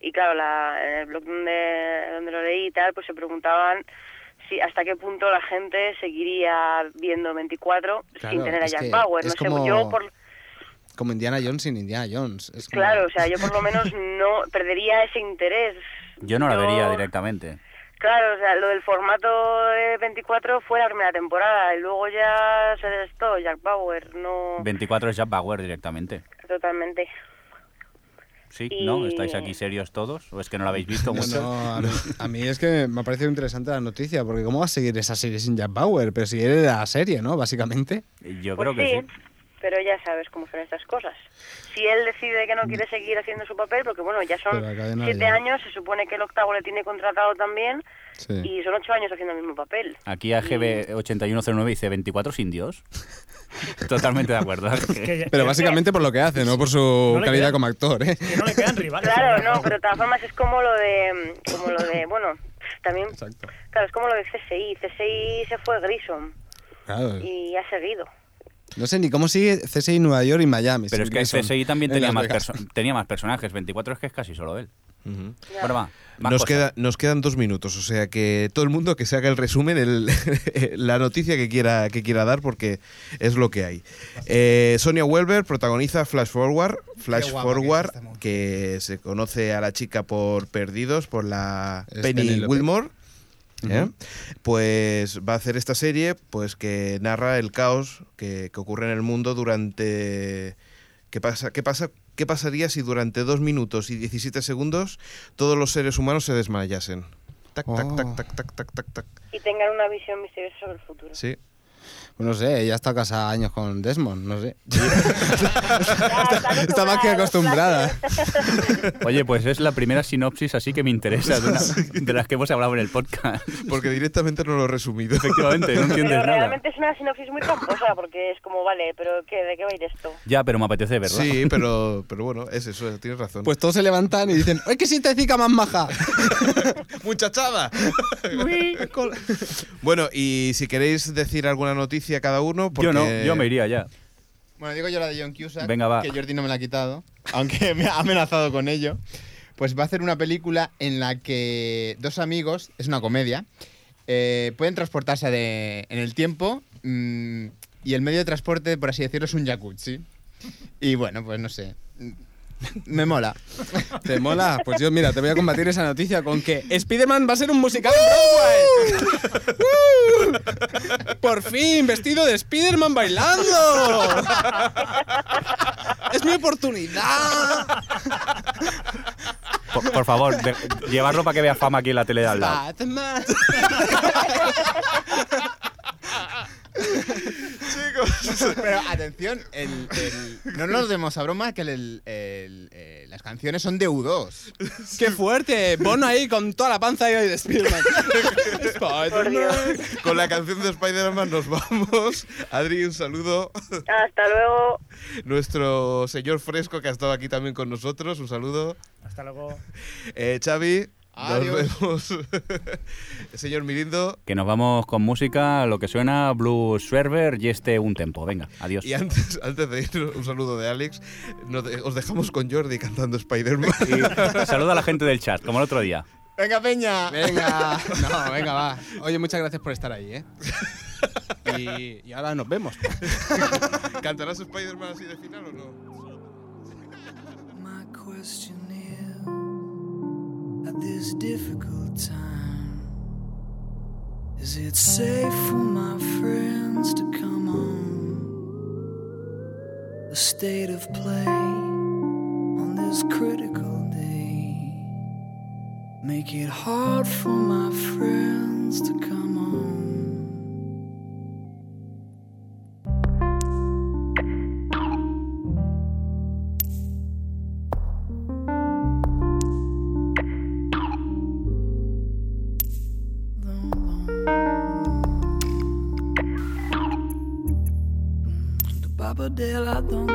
Speaker 4: Y claro, la, en el blog donde, donde lo leí y tal, pues se preguntaban si hasta qué punto la gente seguiría viendo 24
Speaker 3: Claro,
Speaker 4: sin tener a
Speaker 3: es
Speaker 4: Jack
Speaker 3: que
Speaker 4: Bauer. No
Speaker 3: es
Speaker 4: sé,
Speaker 3: como-
Speaker 4: yo por...
Speaker 3: Como Indiana Jones sin Indiana Jones. Es como-
Speaker 4: Claro, o sea, yo por lo menos no perdería ese interés.
Speaker 5: Yo no la vería directamente.
Speaker 4: Claro, o sea, lo del formato de 24 fue la primera temporada y luego ya se desestó Jack Bauer, no...
Speaker 5: 24 es Jack Bauer directamente.
Speaker 4: Totalmente.
Speaker 5: ¿Sí?
Speaker 4: Y-
Speaker 5: ¿No? ¿Estáis aquí serios todos? ¿O es que no la habéis visto
Speaker 3: No,
Speaker 5: mucho?
Speaker 3: no, a, mí, a mí es que me ha parecido interesante la noticia, porque ¿cómo va a seguir esa serie sin Jack Bauer? Pero si era la serie, ¿no? Básicamente.
Speaker 5: Yo
Speaker 4: Pues
Speaker 5: creo que sí.
Speaker 4: Pero ya sabes cómo son estas cosas. Si él decide que no quiere seguir haciendo su papel, porque bueno, ya son
Speaker 3: Mm. Pero la cadena
Speaker 4: siete
Speaker 3: ya.
Speaker 4: años, se supone que el octavo le tiene contratado también,
Speaker 3: Sí.
Speaker 4: y son ocho años haciendo el mismo papel.
Speaker 5: Aquí AGB8109 dice 24 sin Dios. Totalmente de acuerdo.
Speaker 7: Que ya-
Speaker 3: Pero
Speaker 7: que-
Speaker 3: básicamente por lo que hace, no por su
Speaker 7: No le
Speaker 3: calidad
Speaker 7: queda-
Speaker 3: como actor, ¿eh?
Speaker 7: que no le quedan rivales.
Speaker 4: Claro, no, pero de todas formas es como lo de, como lo de, bueno, también,
Speaker 3: Exacto.
Speaker 4: claro, es como lo de CSI. CSI se fue Grissom
Speaker 3: Claro.
Speaker 4: y ha seguido.
Speaker 3: No sé ni cómo sigue CSI Nueva York y Miami.
Speaker 5: Pero es
Speaker 3: sin
Speaker 5: que
Speaker 3: Grayson
Speaker 5: CSI también
Speaker 3: en
Speaker 5: tenía
Speaker 3: Las
Speaker 5: más,
Speaker 3: Vegas.
Speaker 5: perso- tenía más personajes. 24 es que es casi solo él.
Speaker 2: Ujú.
Speaker 4: Ya.
Speaker 5: Bueno, va.
Speaker 2: Nos,
Speaker 5: más cosas.
Speaker 2: queda, nos quedan dos minutos, o sea que todo el mundo que se haga el resumen, el- la noticia que quiera, que quiera dar, porque es lo que hay. Eh, Sonia Welber protagoniza Flash Forward, Flash
Speaker 6: guapa que es
Speaker 2: Forward,
Speaker 6: esta mujer.
Speaker 2: que se conoce a la chica por Perdidos, por la
Speaker 3: Es
Speaker 2: Penny
Speaker 3: Penélope.
Speaker 2: Wilmore. ¿eh? Pues va a hacer esta serie pues que narra el caos que, que ocurre en el mundo durante. ¿Qué pasa? ¿Qué pasa? ¿Qué pasaría si durante 2 minutos y 17 segundos todos los seres humanos se desmayasen? Tac, tac, tac,
Speaker 3: Oh.
Speaker 2: tac, tac, tac, tac, tac.
Speaker 4: Y tengan una visión misteriosa sobre el futuro.
Speaker 2: Sí.
Speaker 3: Pues no sé, ella está casada años con Desmond, no sé.
Speaker 4: Ya,
Speaker 3: Está más que
Speaker 4: acostumbrada a
Speaker 3: acostumbrada.
Speaker 4: los
Speaker 5: Oye, pues es la primera sinopsis así que me interesa de, una- de las que hemos hablado en el podcast.
Speaker 2: Porque directamente no lo he resumido.
Speaker 5: Efectivamente, no entiendes
Speaker 4: Pero
Speaker 5: nada.
Speaker 4: realmente es una sinopsis muy tramposa porque es como, vale, pero ¿qué, ¿de qué va a ir esto?
Speaker 5: Ya, pero me apetece verla.
Speaker 2: Sí, pero, pero bueno, es eso, tienes razón.
Speaker 3: Pues todos se levantan y dicen, ¡ay, que sintetiza más maja!
Speaker 2: muchachada. bueno, y si queréis decir alguna noticia cada uno, porque...
Speaker 5: Yo no, yo me iría ya.
Speaker 6: Bueno, digo yo la de John Cusack,
Speaker 5: Venga, va.
Speaker 6: que Jordi no me la ha quitado, aunque me ha amenazado con ello. Pues va a hacer una película en la que dos amigos, es una comedia, eh, pueden transportarse de- en el tiempo mm, y el medio de transporte, por así decirlo, es un jacuzzi. Y bueno, pues no sé. mm, Me mola.
Speaker 3: ¿Te mola? Pues yo, mira, te voy a combatir esa noticia con que Spider-Man va a ser un musical en Broadway. ¡Uh! ¡Por fin! ¡Vestido de Spider-Man bailando! ¡Es mi oportunidad!
Speaker 5: Por, por favor, de- llevarlo para que vea fama aquí en la tele de al
Speaker 3: Ah,
Speaker 5: lado.
Speaker 3: Batman.
Speaker 6: Pero atención, el- el- no nos demos a broma que el- el- eh, las canciones son de U2.
Speaker 3: ¡Qué fuerte! Bono ahí con toda la panza ahí de Spider-Man. Spider-Man.
Speaker 2: Con la canción de Spider-Man nos vamos. Adri, un saludo.
Speaker 4: Hasta luego.
Speaker 2: Nuestro señor fresco que ha estado aquí también con nosotros, un saludo.
Speaker 7: Hasta luego.
Speaker 2: Eh, Xavi,
Speaker 6: Adiós.
Speaker 2: nos vemos. señor Mirindo.
Speaker 5: Que nos vamos con música, lo que suena, Blue Server y este un tempo. Venga, adiós.
Speaker 2: Y antes, antes de ir, un saludo de Alex. Nos de- os dejamos con Jordi cantando Spider-Man.
Speaker 5: Y saluda a la gente del chat, como el otro día.
Speaker 6: Venga, Peña.
Speaker 3: Venga, no, venga, va. Oye, muchas gracias por estar ahí, ¿eh? Y, y ahora nos vemos.
Speaker 2: ¿Cantarás Spider-Man así de final o no?
Speaker 8: My question is at this difficult time, is it safe for my friends to come home? The state of play on this critical day make it hard for my friends to come home. Baba de la Don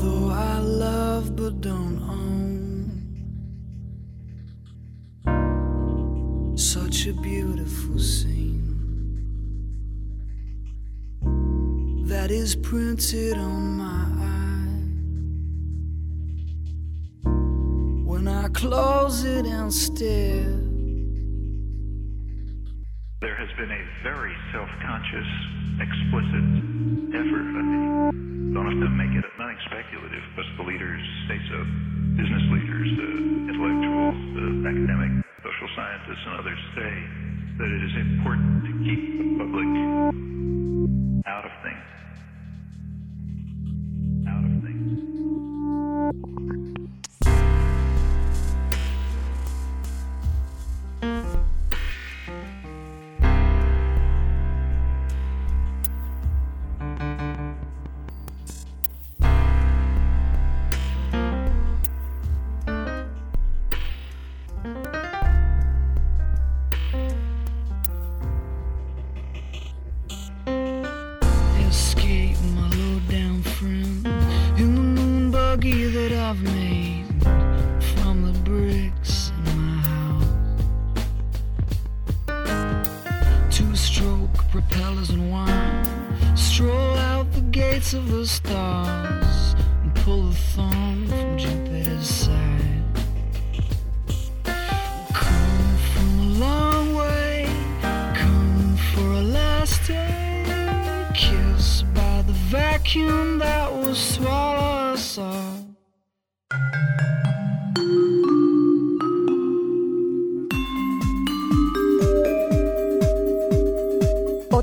Speaker 8: Though I love but don't own such a beautiful scene that is printed on my eye. When I close it and stare,
Speaker 9: There has been a very self-conscious, explicit effort, I think. Don't have to make it nothing speculative, but the leaders say so. Business leaders, the intellectuals, the academic, social scientists, and others say that it is important to keep the public out of things. Out of things.
Speaker 8: Though
Speaker 9: lights of the stars and pull a thong from Jupiter's side. Come from a long way, come for a last day. Kissed by the vacuum that will swallow us all.
Speaker 1: O